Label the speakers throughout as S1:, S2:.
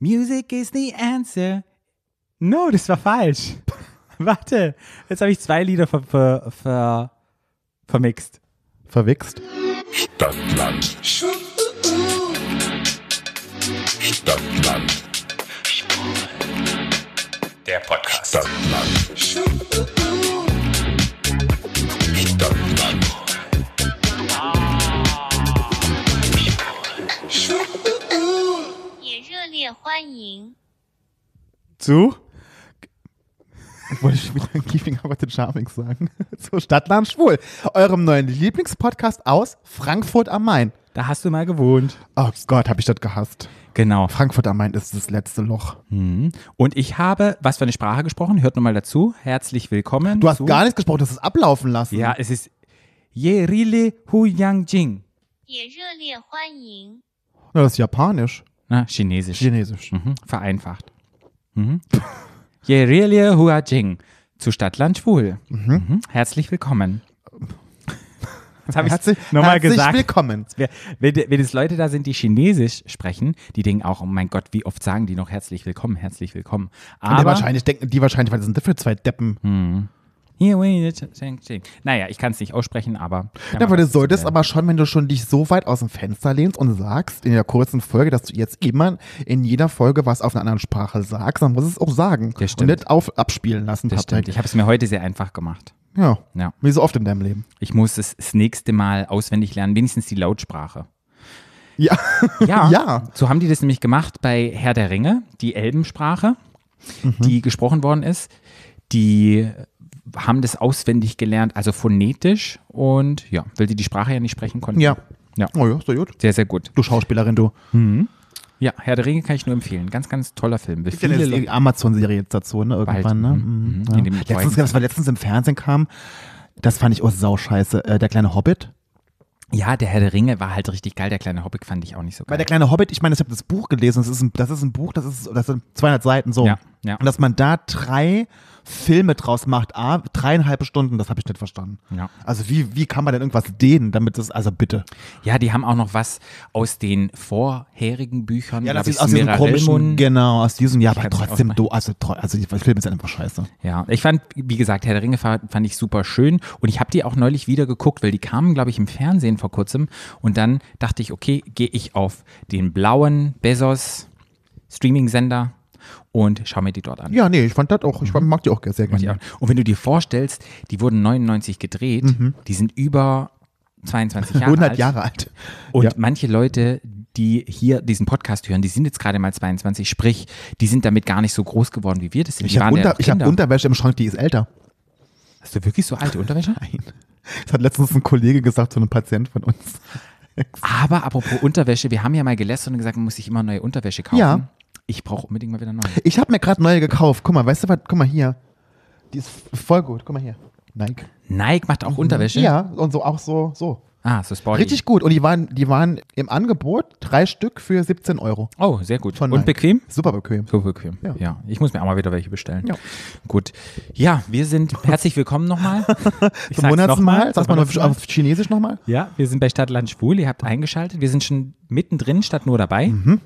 S1: Music is the answer. No, das war falsch. Warte, jetzt habe ich zwei Lieder ver, ver, ver, vermixt.
S2: Verwichst.
S3: Stadtland. Stadtland.
S4: Der Podcast.
S3: Stadtland. Stadtland.
S5: 也热烈欢迎。
S2: Zu? Wollte ich wieder Keeping Up with the Charming sagen. Zu Stadtland Schwul, eurem neuen Lieblingspodcast aus Frankfurt am Main.
S1: Da hast du mal gewohnt.
S2: Oh Gott, habe ich das gehasst.
S1: Genau.
S2: Frankfurt am Main ist das letzte Loch.
S1: Und ich habe, was für eine Sprache gesprochen, hört nochmal dazu. Herzlich willkommen.
S2: Du hast
S1: zu-
S2: gar nichts gesprochen, das ist ablaufen lassen.
S1: Ja, es ist Yerile Huyangjing.
S5: 也热烈欢迎，
S2: Na, das ist japanisch.
S1: Na, Chinesisch.
S2: Chinesisch.
S1: mhm. Vereinfacht. Mhm. Yerile Huajing. Zu Stadtland Schwul. Mhm. Herzlich willkommen. Jetzt habe
S2: Herzlich,
S1: ich nochmal
S2: herzlich
S1: gesagt.
S2: willkommen.
S1: Wer- Wenn, wenn es Leute da sind, die Chinesisch sprechen, die denken auch, oh mein Gott, wie oft sagen die noch herzlich willkommen, herzlich willkommen.
S2: Und die
S1: Aber
S2: wahrscheinlich denken die wahrscheinlich, weil das sind dafür zwei Deppen.
S1: Here we Ching, ching. Naja, ich kann es nicht aussprechen, aber. kann
S2: Ja,
S1: man
S2: aber du
S1: dazu
S2: solltest
S1: sagen.
S2: aber schon, wenn du schon dich so weit aus dem Fenster lehnst und sagst in der kurzen Folge, dass du jetzt immer in jeder Folge was auf einer anderen Sprache sagst, dann musst du es auch sagen.
S1: Das
S2: und
S1: stimmt.
S2: nicht auf, abspielen lassen,
S1: Das stimmt.
S2: Patrick.
S1: Ich habe es mir heute sehr einfach gemacht.
S2: Ja.
S1: Ja.
S2: Wie so oft in deinem Leben.
S1: Ich muss es das nächste Mal auswendig lernen, wenigstens die Lautsprache.
S2: Ja.
S1: Ja,
S2: Ja.
S1: so haben die das nämlich gemacht bei Herr der Ringe, die Elbensprache,
S2: Mhm.
S1: die gesprochen worden ist. Die haben das auswendig gelernt, also phonetisch und ja, weil die die Sprache ja nicht sprechen konnten.
S2: Ja.
S1: Ja,
S2: Oh ja, ist doch gut.
S1: sehr, sehr gut.
S2: Du Schauspielerin, du.
S1: Ja, Herr der Ringe kann ich nur empfehlen. Ganz, ganz toller Film. Will
S2: Viele
S1: viele
S2: jetzt die
S1: Leute-
S2: Amazon-Serie jetzt dazu, ne? Irgendwann,
S1: Bald,
S2: ne?
S1: mhm,
S2: Mhm,
S1: in dem
S2: ja. letztens,
S1: zweiten.
S2: das war letztens im Fernsehen kam, das fand ich auch sauscheiße. Äh, der kleine Hobbit.
S1: ja, der Herr der Ringe war halt richtig geil. Der kleine Hobbit fand ich auch nicht so
S2: Weil
S1: geil.
S2: der kleine Hobbit, ich meine, ich habe das Buch gelesen, das ist ein, das ist ein Buch, das ist, das sind 200 Seiten so.
S1: Ja, ja.
S2: Und dass man da drei Filme draus macht, a, dreieinhalb Stunden, das habe ich nicht verstanden.
S1: Ja.
S2: Also wie, wie kann man denn irgendwas dehnen, damit das, also bitte.
S1: Ja, die haben auch noch was aus den vorherigen Büchern. glaub ich,
S2: Also aus diesem
S1: Mira
S2: komischen,
S1: Relmon.
S2: genau, aus diesem, ja, aber
S1: kann's nicht
S2: trotzdem, du, also, tro- also die Filme sind einfach scheiße.
S1: Ja, ich fand, wie gesagt, Herr der Ringe fand fand ich super schön und ich habe die auch neulich wieder geguckt, weil die kamen, glaube ich, im Fernsehen vor kurzem und dann dachte ich, okay, gehe ich auf den blauen Bezos Streaming-Sender und schau mir die dort an.
S2: Ja, nee, ich fand das auch, ich mag die auch sehr gerne.
S1: Ja. Und wenn du dir vorstellst, die wurden 99 gedreht, die sind über 22 Jahre
S2: 100
S1: alt.
S2: Mhm. Jahre alt.
S1: Und
S2: Ja.
S1: manche Leute, die hier diesen Podcast hören, die sind jetzt gerade mal 22, sprich, die sind damit gar nicht so groß geworden, wie wir das sind.
S2: Ich
S1: Die waren
S2: habe
S1: ja
S2: unter,
S1: noch
S2: ich hab
S1: Kinder.
S2: Unterwäsche im Schrank, die ist älter.
S1: Hast du wirklich so alte Unterwäsche?
S2: Nein. Das hat letztens ein Kollege gesagt zu einem Patient von uns.
S1: Aber apropos Unterwäsche, wir haben ja mal gelästert und gesagt, man muss sich immer neue Unterwäsche kaufen.
S2: Ja.
S1: Ich brauche unbedingt mal wieder neue.
S2: Ich habe mir gerade neue gekauft. Guck mal, weißt du was? Guck mal hier. Die ist voll gut. Guck mal hier. Nike.
S1: Nike macht auch Unterwäsche?
S2: Mhm. Ja, und so auch so. so.
S1: Ah, so sporty.
S2: Richtig gut. Und die waren, die waren im Angebot drei Stück für 17 Euro.
S1: Oh, sehr gut.
S2: Von
S1: und
S2: Nike.
S1: bequem?
S2: Super bequem.
S1: So bequem. Ja.
S2: Ja.
S1: Ich muss mir auch mal wieder welche bestellen.
S2: Ja.
S1: Gut. Ja, wir sind herzlich willkommen nochmal. Ich
S2: Zum
S1: sag's
S2: Monatsmal,
S1: nochmal,
S2: sag
S1: zum
S2: mal auf,
S1: Monatsmal.
S2: auf Chinesisch nochmal.
S1: Ja, wir sind bei Stadtland Schwul. Ihr habt eingeschaltet. Wir sind schon mittendrin, statt nur dabei.
S2: Mhm.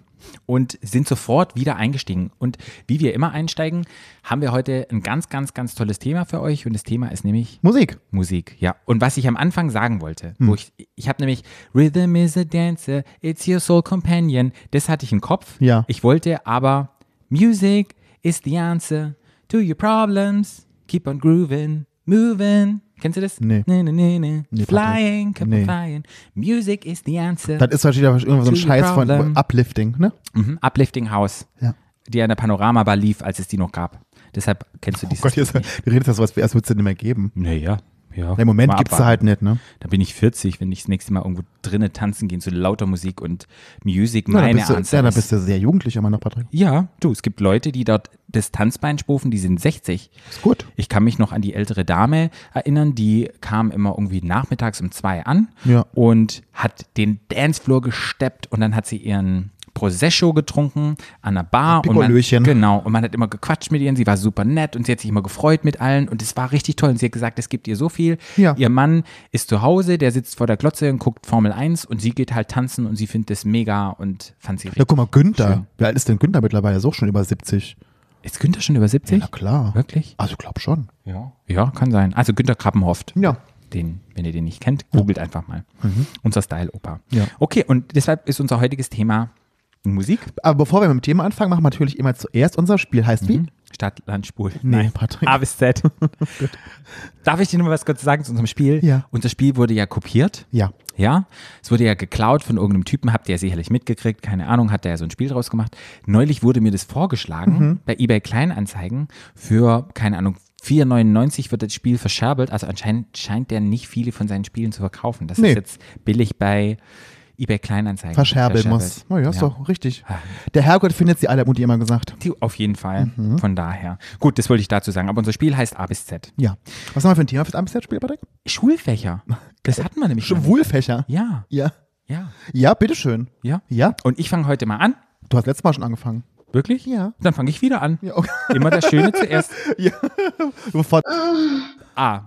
S1: Und sind sofort wieder eingestiegen. Und wie wir immer einsteigen, haben wir heute ein ganz, ganz, ganz tolles Thema für euch. Und das Thema ist nämlich
S2: Musik.
S1: Musik. Ja. Und was ich am Anfang sagen wollte,
S2: Hm.
S1: wo ich, ich habe nämlich Rhythm is a dancer, it's your soul companion. Das hatte ich im Kopf.
S2: Ja.
S1: Ich wollte aber Music is the answer to your problems. Keep on grooving, moving. Kennst du das?
S2: Nee.
S1: Nee, nee, nee, nee.
S2: Nee,
S1: Flying,
S2: Patrick.
S1: keep on
S2: Nee.
S1: flying. Music is the answer.
S2: Das ist wahrscheinlich irgendwie
S1: To
S2: so ein
S1: your
S2: Scheiß von
S1: problem.
S2: Uplifting, ne?
S1: mhm. Uplifting House.
S2: Ja.
S1: Die an der Panoramabar lief, als es die noch gab. Deshalb kennst du dieses.
S2: Oh Gott, jetzt, du redest ja sowas, als würde es nicht mehr geben.
S1: Naja. Ja,
S2: Im Moment
S1: Mal
S2: gibt es
S1: abwarten.
S2: halt nicht, ne?
S1: Da bin ich 40, wenn ich das nächste Mal irgendwo drinnen tanzen gehe zu lauter Musik und Music
S2: Ja, da
S1: meine
S2: bist du,
S1: Answer
S2: ja, da
S1: ist.
S2: bist du sehr jugendlich immer noch, Patrick.
S1: Ja, du, es gibt Leute, die dort das Tanzbein spufen, die sind 60.
S2: Ist gut.
S1: Ich kann mich noch an die ältere Dame erinnern, die kam immer irgendwie nachmittags um zwei an
S2: Ja.
S1: und hat den Dancefloor gesteppt und dann hat sie ihren Prosecco getrunken an einer Bar.
S2: Pikolöchen.
S1: Und man, genau. Und man hat immer gequatscht mit ihr. Und sie war super nett und sie hat sich immer gefreut mit allen. Und es war richtig toll. Und sie hat gesagt, es gibt ihr so viel.
S2: Ja.
S1: Ihr Mann ist zu Hause, der sitzt vor der Glotze und guckt Formel 1 und sie geht halt tanzen und sie findet es mega und fand sie
S2: Ja,
S1: richtig.
S2: guck mal, Günther.
S1: Schön.
S2: Wie alt ist denn Günther mittlerweile? Er ist auch schon über 70.
S1: Ist Günther schon über 70?
S2: Na klar.
S1: Wirklich?
S2: Also glaub schon.
S1: Ja. Ja, kann sein. Also Günther Krabbenhoft.
S2: Ja. Mhm.
S1: den, wenn ihr den nicht kennt, googelt einfach mal. Unser Style-Opa.
S2: Ja.
S1: Okay, und deshalb ist unser heutiges Thema Musik.
S2: Aber bevor wir mit dem Thema anfangen, machen wir natürlich immer zuerst unser Spiel. Heißt wie?
S1: Stadt, Land, Spur.
S2: Nee, Hm? Patrick.
S1: A bis Z. Darf ich dir nur was kurz sagen zu unserem Spiel?
S2: Ja.
S1: Unser Spiel wurde ja kopiert.
S2: Ja.
S1: Ja, es wurde ja geklaut von irgendeinem Typen, habt ihr ja sicherlich mitgekriegt, keine Ahnung, hat der ja so ein Spiel draus gemacht. Neulich wurde mir das vorgeschlagen
S2: Mhm.
S1: bei eBay Kleinanzeigen für, keine Ahnung, 4,99 wird das Spiel verscherbelt, also anscheinend scheint der nicht viele von seinen Spielen zu verkaufen. Das
S2: Nee.
S1: ist jetzt billig bei eBay Kleinanzeigen.
S2: Verscherbeln muss. Oh, ja, ist doch richtig. Der Herrgott findet sie alle, hat Mutti immer gesagt.
S1: Die- Auf jeden Fall,
S2: Mhm.
S1: von daher. Gut, das wollte ich dazu sagen, aber unser Spiel heißt A bis Z.
S2: Ja. Was haben wir für ein Thema fürs Amtsspiel, Patrick?
S1: Schulfächer, das hatten wir nämlich noch nicht.
S2: Schwulfächer.
S1: Ja,
S2: Ja.
S1: ja,
S2: Ja, bitteschön.
S1: ja.
S2: Ja.
S1: Und ich fange heute mal an.
S2: Du hast letztes Mal schon angefangen.
S1: Wirklich?
S2: Ja.
S1: Dann fange ich wieder an.
S2: Ja, okay.
S1: Immer das Schöne zuerst.
S2: Sofort.
S1: A.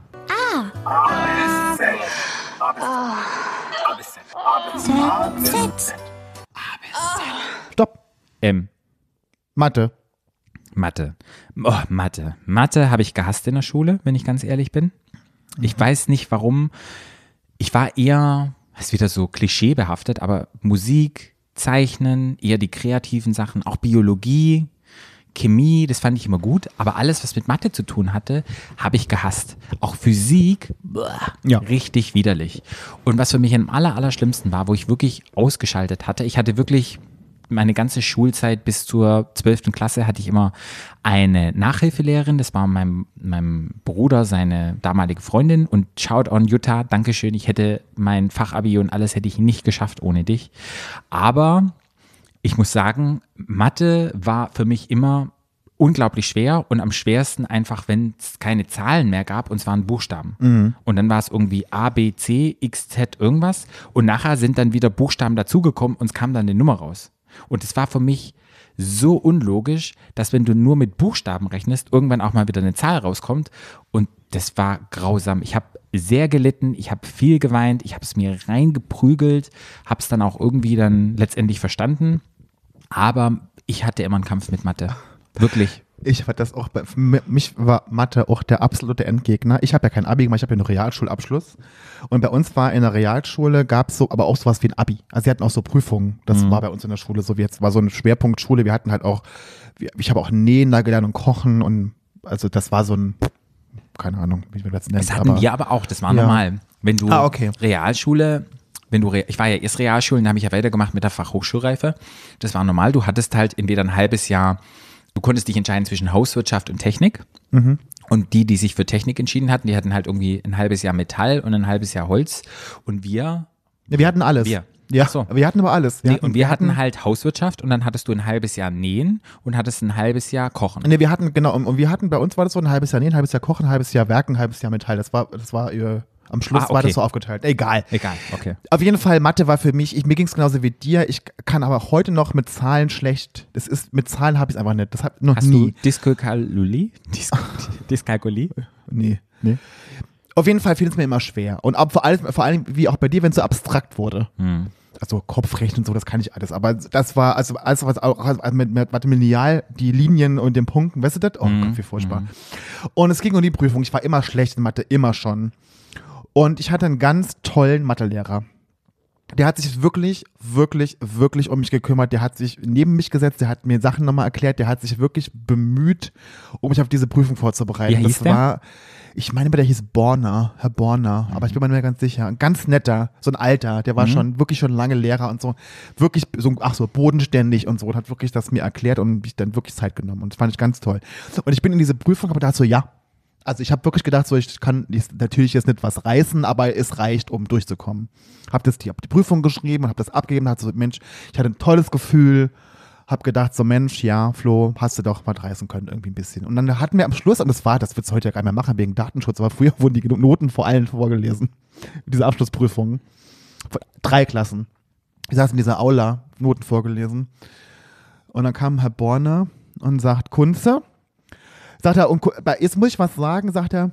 S2: Stopp.
S1: M.
S2: Mathe.
S1: Mathe. Oh, Mathe. Mathe habe ich gehasst in der Schule, wenn ich ganz ehrlich bin.
S2: Mhm.
S1: Ich weiß nicht warum. Ich war eher, das ist wieder so klischeebehaftet, aber Musik, Zeichnen, eher die kreativen Sachen, auch Biologie, Chemie, das fand ich immer gut, aber alles, was mit Mathe zu tun hatte, habe ich gehasst. Auch Physik, boah,
S2: Ja.
S1: richtig widerlich. Und was für mich am aller, allerschlimmsten war, wo ich wirklich ausgeschaltet hatte, ich hatte wirklich meine ganze Schulzeit bis zur 12. Klasse hatte ich immer eine Nachhilfelehrerin, das war mein, mein Bruder, seine damalige Freundin und shout on Jutta, Dankeschön, ich hätte mein Fachabi und alles hätte ich nicht geschafft ohne dich. Aber ich muss sagen, Mathe war für mich immer unglaublich schwer und am schwersten einfach, wenn es keine Zahlen mehr gab und es waren Buchstaben. Und dann war es irgendwie A, B, C, X, Z, irgendwas. Und nachher sind dann wieder Buchstaben dazugekommen und es kam dann eine Nummer raus. Und es war für mich so unlogisch, dass wenn du nur mit Buchstaben rechnest, irgendwann auch mal wieder eine Zahl rauskommt. Und das war grausam. Ich habe sehr gelitten, ich habe viel geweint, ich habe es mir reingeprügelt, habe es dann auch irgendwie dann letztendlich verstanden. Aber ich hatte immer einen Kampf mit Mathe. Wirklich.
S2: Ich fand das auch, bei, für mich war Mathe auch der absolute Endgegner. Ich habe ja kein Abi gemacht, ich habe ja einen Realschulabschluss. Und bei uns war in der Realschule, gab es so, aber auch sowas wie ein Abi. Also sie hatten auch so Prüfungen.
S1: Mhm.
S2: Das war bei uns in der Schule so, wie jetzt war so eine Schwerpunktschule. Wir hatten halt auch, wir- ich habe auch Nähen da gelernt und Kochen und, also das war so ein, keine Ahnung, wie wir das nennen.
S1: Das hatten
S2: aber-
S1: wir aber auch, das war
S2: Ja.
S1: normal. Wenn du
S2: Ah, okay.
S1: Realschule, wenn du, Re ich war ja erst Realschule, dann habe ich ja weitergemacht mit der Fachhochschulreife. Das war normal. Du hattest halt entweder ein halbes Jahr, du konntest dich entscheiden zwischen Hauswirtschaft und Technik.
S2: Mhm.
S1: Und die, die sich für Technik entschieden hatten, die hatten halt irgendwie ein halbes Jahr Metall und ein halbes Jahr Holz. Und wir
S2: Ja, wir hatten alles.
S1: Wir.
S2: Ja,
S1: Ach so.
S2: wir hatten aber alles. Wir
S1: Nee,
S2: hatten,
S1: und wir hatten halt Hauswirtschaft und dann hattest du ein halbes Jahr nähen und hattest ein halbes Jahr kochen.
S2: Nee, wir hatten, genau, und und wir hatten, bei uns war das so ein halbes Jahr nähen, ein halbes Jahr kochen, ein halbes Jahr werken, ein halbes Jahr Metall. Das war, das war, äh, am Schluss
S1: Ah,
S2: war
S1: okay.
S2: das so aufgeteilt. Egal.
S1: Egal, okay.
S2: Auf jeden Fall, Mathe war für mich, ich, mir ging es genauso wie dir. Ich kann aber heute noch mit Zahlen schlecht. Das ist, mit Zahlen habe ich es einfach nicht. Das hab noch
S1: Hast
S2: nie.
S1: du Diskalkulie? Dis Diskalkulie?
S2: Nee. nee. Auf jeden Fall fiel es mir immer schwer. Und ab, vor, allem, vor allem, wie auch bei dir, wenn es so abstrakt wurde. Also Kopfrechnen und so, das kann ich alles. Aber das war, also alles, was auch also mit, mit, mit dem Lineal, die Linien und den Punkten, weißt du das? Oh
S1: Mhm.
S2: Gott, wie furchtbar. Und es ging um die Prüfung. Ich war immer schlecht in Mathe, immer schon. Und ich hatte einen ganz tollen Mathelehrer. Der hat sich wirklich, wirklich, wirklich um mich gekümmert. Der hat sich neben mich gesetzt, der hat mir Sachen nochmal erklärt, der hat sich wirklich bemüht, um mich auf diese Prüfung vorzubereiten.
S1: Wie hieß
S2: das
S1: der? Mhm.
S2: war, ich meine, der hieß Borner, Herr Borner, aber ich bin mir nicht mehr ganz sicher. Ein ganz netter, so ein alter, der war schon wirklich schon lange Lehrer und so, wirklich so, ach so, bodenständig und so und hat wirklich das mir erklärt und mich dann wirklich Zeit genommen. Und das fand ich ganz toll. Und ich bin in diese Prüfung, aber dachte so, ja, also ich habe wirklich gedacht, so ich kann dies- natürlich jetzt nicht was reißen, aber es reicht, um durchzukommen. Habe das die, hab die Prüfung geschrieben, habe das abgegeben, hatte so Mensch, ich hatte ein tolles Gefühl, habe gedacht so Mensch, ja Flo, hast du doch mal reißen können irgendwie ein bisschen. Und dann hatten wir am Schluss, und das war, das wird's heute ja gar nicht mehr machen wegen Datenschutz, aber früher wurden die Noten vor allen vorgelesen, diese Abschlussprüfungen von drei Klassen. ich saß in dieser Aula, Noten vorgelesen. Und dann kam Herr Borner und sagt, Kunze, sagt er, und Ku- bei- jetzt muss ich was sagen, sagt er,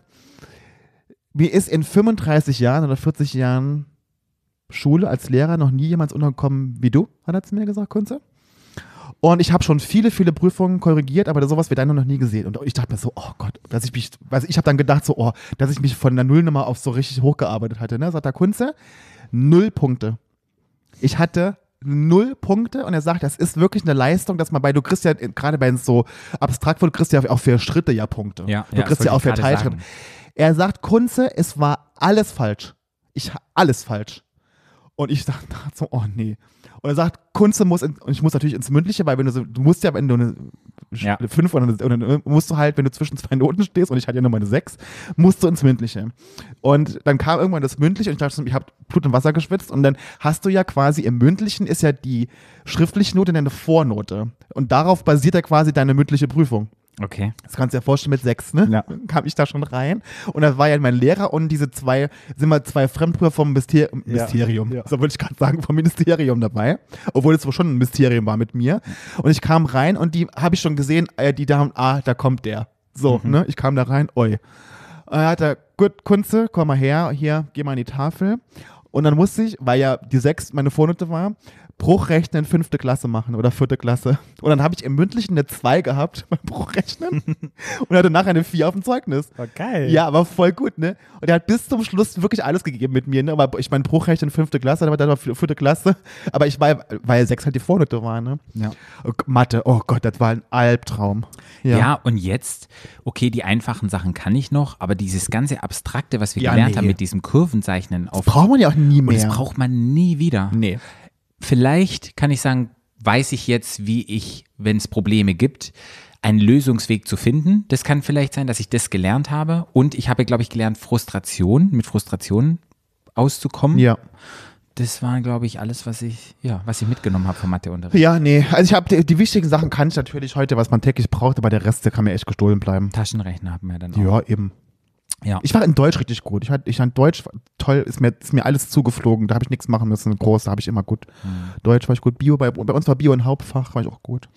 S2: mir ist in 35 Jahren oder 40 Jahren Schule als Lehrer noch nie jemand so untergekommen wie du, hat er zu mir gesagt, Kunze. Und ich habe schon viele, viele Prüfungen korrigiert, aber sowas wird dann noch nie gesehen. Und ich dachte mir so, oh Gott, dass ich mich, also ich habe dann gedacht so, oh, dass ich mich von der Nullnummer auf so richtig hochgearbeitet hatte. Ne? Sagt der Kunze, null Punkte. Ich hatte null Punkte und er sagt, das ist wirklich eine Leistung, dass man bei, du kriegst ja, gerade bei so abstrakt wird, kriegst du ja auch für Schritte ja Punkte.
S1: Ja,
S2: du
S1: ja,
S2: kriegst
S1: das
S2: ja auch
S1: wollte
S2: für
S1: ich gerade
S2: Teilschritte. Er sagt, Kunze, es war alles falsch. Ich, ha- alles falsch. Und ich dachte so, oh nee. Und er sagt, Kunze muss, in, und ich muss natürlich ins Mündliche, weil wenn du so, du musst ja, wenn du eine
S1: Ja.
S2: eine fünf oder, eine, oder eine- musst du halt, wenn du zwischen zwei Noten stehst, und ich hatte ja nur meine sechs, musst du ins Mündliche. Und dann kam irgendwann das Mündliche und ich dachte schon, ich habe Blut und Wasser geschwitzt und dann hast du ja quasi im Mündlichen ist ja die schriftliche Note deine Vornote. Und darauf basiert ja quasi deine mündliche Prüfung.
S1: Okay.
S2: Das kannst du dir vorstellen mit sechs, ne?
S1: Ja.
S2: Kam ich da schon rein. Und das war ja mein Lehrer und diese zwei, sind mal zwei Fremdbrüder vom Myster Mysterium. So würde ich gerade sagen, vom Ministerium dabei. Obwohl es wohl schon ein Mysterium war mit mir. Und ich kam rein und die habe ich schon gesehen, äh, die da, ah, da kommt der. So, ne? Ich kam da rein, oi. Und dann Äh, hat er, gut, Kunze, komm mal her, hier, geh mal an die Tafel. Und dann musste ich, weil ja die sechs meine Vornote war, Bruchrechnen fünfte Klasse machen oder vierte Klasse. Und dann habe ich im mündlichen eine 2 gehabt beim Bruchrechnen und hatte nachher eine 4 auf dem Zeugnis.
S1: War geil.
S2: Ja, aber voll gut, ne? Und er hat bis zum Schluss wirklich alles gegeben mit mir, ne? Aber ich meine, Bruchrechnen fünfte Klasse, aber dann war vier- vierte Klasse. Aber ich war, weil sechs halt die Vornote war, ne?
S1: Ja.
S2: Oh, Mathe, oh Gott, das war ein Albtraum.
S1: Ja. und jetzt, okay, die einfachen Sachen kann ich noch, aber dieses ganze Abstrakte, was wir
S2: Ja,
S1: gelernt
S2: nee.
S1: haben mit diesem Kurvenzeichnen auf.
S2: Braucht man ja auch nie
S1: und
S2: mehr.
S1: das braucht man nie wieder.
S2: nee.
S1: Vielleicht kann ich sagen, weiß ich jetzt, wie ich, wenn es Probleme gibt, einen Lösungsweg zu finden. Das kann vielleicht sein, dass ich das gelernt habe. Und ich habe, glaube ich, gelernt, Frustration, mit Frustration auszukommen.
S2: Ja.
S1: Das war, glaube ich, alles, was ich, ja, was ich mitgenommen habe vom Matheunterricht.
S2: Ja, nee. Also ich habe die, die wichtigen Sachen kann ich natürlich heute, was man täglich braucht, aber der Rest, der kann mir echt gestohlen bleiben.
S1: Taschenrechner haben wir dann auch.
S2: Ja, eben.
S1: Ja.
S2: Ich war in Deutsch richtig gut. Ich, hat, ich fand Deutsch toll, ist mir, ist mir alles zugeflogen. Da habe ich nichts machen müssen. Groß, da habe ich immer gut.
S1: Hm.
S2: Deutsch war ich gut. Bio, bei, bei uns war Bio ein Hauptfach, war ich auch gut.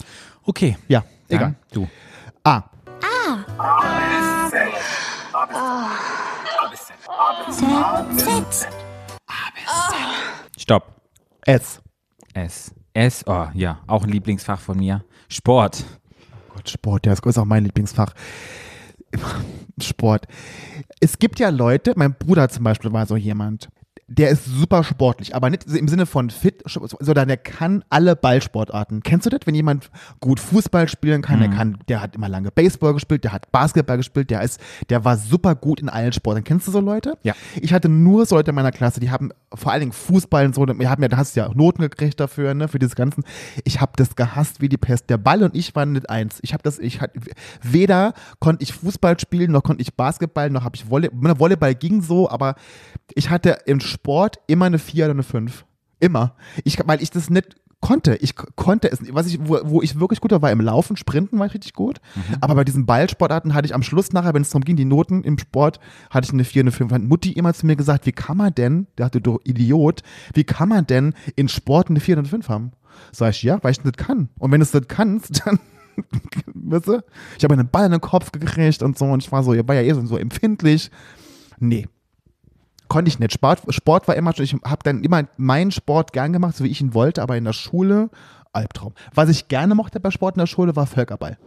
S1: Okay.
S2: Ja,
S1: Dann
S2: egal.
S1: Du.
S2: Ah,
S1: Stopp.
S2: S.
S1: S. S, oh ja, auch ein Lieblingsfach von mir. Sport.
S2: Gott, Sport, ja, das ist auch mein Lieblingsfach. Sport. Es gibt ja Leute, mein Bruder zum Beispiel war so jemand, der ist super sportlich, aber nicht im Sinne von fit, sondern der kann alle Ballsportarten. Kennst du das, wenn jemand gut Fußball spielen kann, der kann, der hat immer lange Baseball gespielt, der hat Basketball gespielt, der ist, der war super gut in allen Sportarten. Kennst du so Leute?
S1: Ja.
S2: Ich hatte nur so Leute in meiner Klasse, die haben vor allen Dingen Fußball und so, die haben ja, da hast du ja auch Noten gekriegt dafür, ne, für dieses Ganzen. Ich habe das gehasst wie die Pest. Der Ball und ich waren nicht eins. Ich habe das, ich hatte, weder konnte ich Fußball spielen, noch konnte ich Basketball, noch habe ich Volleyball, Volleyball ging so, aber ich hatte im Sport immer eine 4 oder eine 5. Immer. Ich, weil ich das nicht konnte. Ich k- konnte es nicht. Was ich, wo, wo ich wirklich gut war, war im Laufen, Sprinten war ich richtig gut. Aber bei diesen Ballsportarten hatte ich am Schluss nachher, wenn es darum ging, die Noten im Sport, hatte ich eine 4, eine 5. Hat Mutti immer zu mir gesagt, wie kann man denn, der hatte du Idiot, wie kann man denn in Sport eine 4 und eine 5 haben? Sag ich, ja, weil ich nicht kann. Und wenn du es nicht kannst, dann weißt du, ich habe einen Ball in den Kopf gekriegt und so und ich war so, ihr war ja eh so, so empfindlich. Nee, konnte ich nicht. Sport, Sport war immer schon, ich habe dann immer meinen Sport gern gemacht, so wie ich ihn wollte, aber in der Schule Albtraum. Was ich gerne mochte bei Sport in der Schule war Völkerball.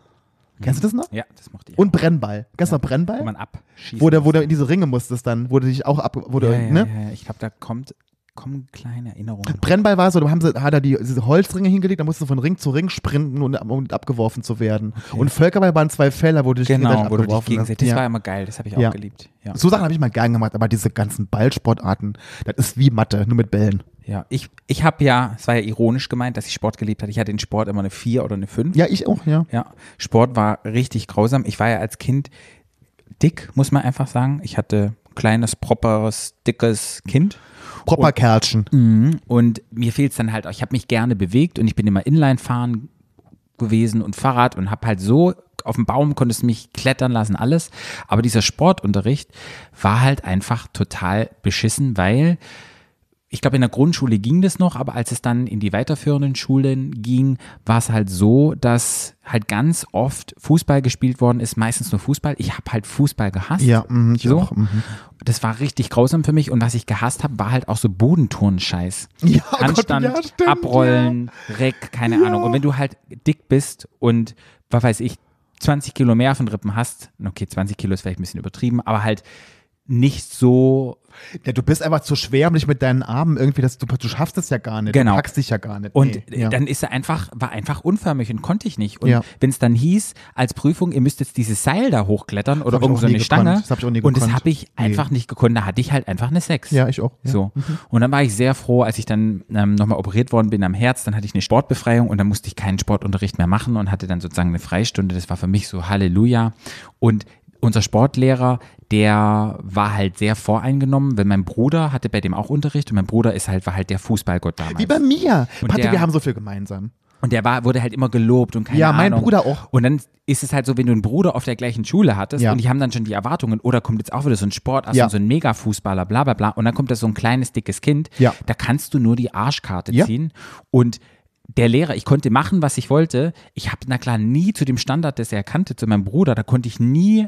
S2: Kennst du das noch?
S1: Ja, das mochte ich.
S2: Und Brennball. Kennst du noch Brennball?
S1: wo man abschießt.
S2: wo, der, wo der in diese Ringe musstest dann, wo du dich auch ab, wo du,
S1: ja, ja,
S2: ne?
S1: ja, ja. Ich glaube, da kommt, kommen kleine Erinnerungen. hoch.
S2: Brennball war so, da haben sie, hat er die, diese Holzringe hingelegt, da musst du von Ring zu Ring sprinten, um, um abgeworfen zu werden. Und Völkerball waren zwei Felder, wo du dich
S1: Genau,
S2: gegenseitig
S1: wo du dich
S2: abgeworfen
S1: gegenseitig.
S2: hast.
S1: Das
S2: Ja.
S1: war immer geil, das habe ich
S2: Ja.
S1: auch geliebt. Ja.
S2: So Sachen habe ich mal gern gemacht, aber diese ganzen Ballsportarten, das ist wie Mathe, nur mit Bällen.
S1: Ja, ich, ich habe ja, es war ja ironisch gemeint, dass ich Sport geliebt hatte. Ich hatte in Sport immer eine 4 oder eine 5.
S2: Ja, ich auch, ja.
S1: Ja, Sport war richtig grausam. Ich war ja als Kind dick, muss man einfach sagen. Ich hatte ein kleines, properes, dickes Kind.
S2: Proper Kerlchen.
S1: Mhm. Und mir fehlt es dann halt auch. Ich habe mich gerne bewegt und ich bin immer Inline fahren gewesen und Fahrrad und habe halt so auf dem Baum konntest du mich klettern lassen, alles. Aber dieser Sportunterricht war halt einfach total beschissen, weil ich glaube, in der Grundschule ging das noch, aber als es dann in die weiterführenden Schulen ging, war es halt so, dass halt ganz oft Fußball gespielt worden ist, meistens nur Fußball. Ich habe halt Fußball gehasst.
S2: Ja, mhm, ich
S1: so.
S2: auch, mhm.
S1: Das war richtig grausam für mich und was ich gehasst habe, war halt auch so Bodenturnscheiß.
S2: Ja, oh Gott,
S1: Handstand,
S2: ja, stimmt,
S1: abrollen, Reck, keine Ahnung. Und wenn du halt dick bist und, was weiß ich, 20 Kilo mehr von Rippen hast, okay, 20 Kilo ist vielleicht ein bisschen übertrieben, aber halt nicht so
S2: Ja, du bist einfach zu schwer, um dich mit deinen Armen irgendwie, das, du, du schaffst es ja gar nicht.
S1: Genau.
S2: Du packst dich ja gar nicht.
S1: Und äh,
S2: nee, ja.
S1: dann ist er einfach, war einfach unförmig und konnte ich nicht. Und
S2: Ja.
S1: wenn es dann hieß, als Prüfung, ihr müsst jetzt dieses Seil da hochklettern oder
S2: hab ich auch
S1: irgend so
S2: nie
S1: eine
S2: gekonnt.
S1: Stange.
S2: Das hab ich auch nie
S1: und das
S2: gekonnt.
S1: habe ich
S2: Nee.
S1: einfach nicht gekonnt. Da hatte ich halt einfach eine Sechs.
S2: Ja, ich auch, ja. Mhm.
S1: So. Und dann war ich sehr froh, als ich dann ähm, nochmal operiert worden bin am Herz, dann hatte ich eine Sportbefreiung und dann musste ich keinen Sportunterricht mehr machen und hatte dann sozusagen eine Freistunde. Das war für mich so Halleluja. Und unser Sportlehrer, der war halt sehr voreingenommen, weil mein Bruder hatte bei dem auch Unterricht und mein Bruder ist halt, war halt der Fußballgott damals.
S2: Wie bei mir.
S1: Und
S2: Patrick,
S1: der-
S2: wir haben so viel gemeinsam.
S1: Und der war, wurde halt immer gelobt und keine
S2: Ja,
S1: Ahnung.
S2: mein Bruder auch.
S1: Und dann ist es halt so, wenn du einen Bruder auf der gleichen Schule hattest
S2: Ja.
S1: und die haben dann schon die Erwartungen, oder kommt jetzt auch wieder so ein Sport, also
S2: Ja.
S1: so ein Mega-Fußballer, bla bla bla. Und dann kommt da so ein kleines, dickes Kind.
S2: Ja.
S1: Da kannst du nur die Arschkarte
S2: Ja.
S1: ziehen. Und der Lehrer, ich konnte machen, was ich wollte. Ich habe, na klar, nie zu dem Standard, das er kannte, zu meinem Bruder, da konnte ich nie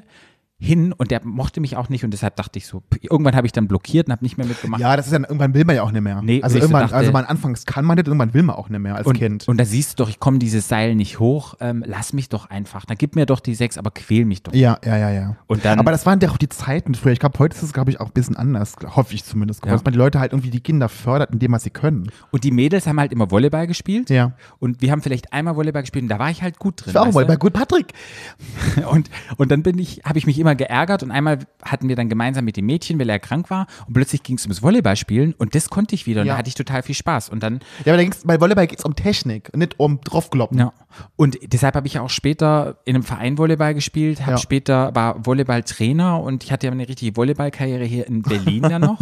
S1: hin und der mochte mich auch nicht und deshalb dachte ich so, irgendwann habe ich dann blockiert und habe nicht mehr mitgemacht.
S2: Ja, das ist ja, irgendwann will man ja auch nicht mehr.
S1: Nee,
S2: also
S1: und ich so
S2: irgendwann,
S1: dachte-
S2: also man anfangs kann man nicht, irgendwann will man auch nicht mehr als
S1: und,
S2: Kind.
S1: Und da siehst du doch, ich komme dieses Seil nicht hoch, ähm, lass mich doch einfach. Na, gib mir doch die sechs, aber quäl mich doch.
S2: ja, ja, ja, ja.
S1: Und dann-
S2: Aber das waren ja auch die Zeiten früher. Ich glaube, heute ist es, glaube ich, auch ein bisschen anders, hoffe ich zumindest,
S1: Ja.
S2: dass man die Leute halt irgendwie die Kinder fördert, indem man sie können.
S1: Und die Mädels haben halt immer Volleyball gespielt.
S2: Ja.
S1: Und wir haben vielleicht einmal Volleyball gespielt und da war ich halt gut drin.
S2: Ich war auch
S1: weißt
S2: mal
S1: du?
S2: bei Gut Patrick.
S1: Und, und dann bin ich, habe ich mich immer geärgert und einmal hatten wir dann gemeinsam mit dem Mädchen, weil er krank war und plötzlich ging es ums Volleyballspielen und das konnte ich wieder und
S2: Ja.
S1: da hatte ich total viel Spaß. Und dann
S2: Ja, aber da ging's, bei Volleyball geht es um Technik, nicht um draufkloppen.
S1: Ja. Und deshalb habe ich ja auch später in einem Verein Volleyball gespielt, habe
S2: Ja.
S1: später war Volleyballtrainer und ich hatte ja eine richtige Volleyballkarriere hier in Berlin dann noch.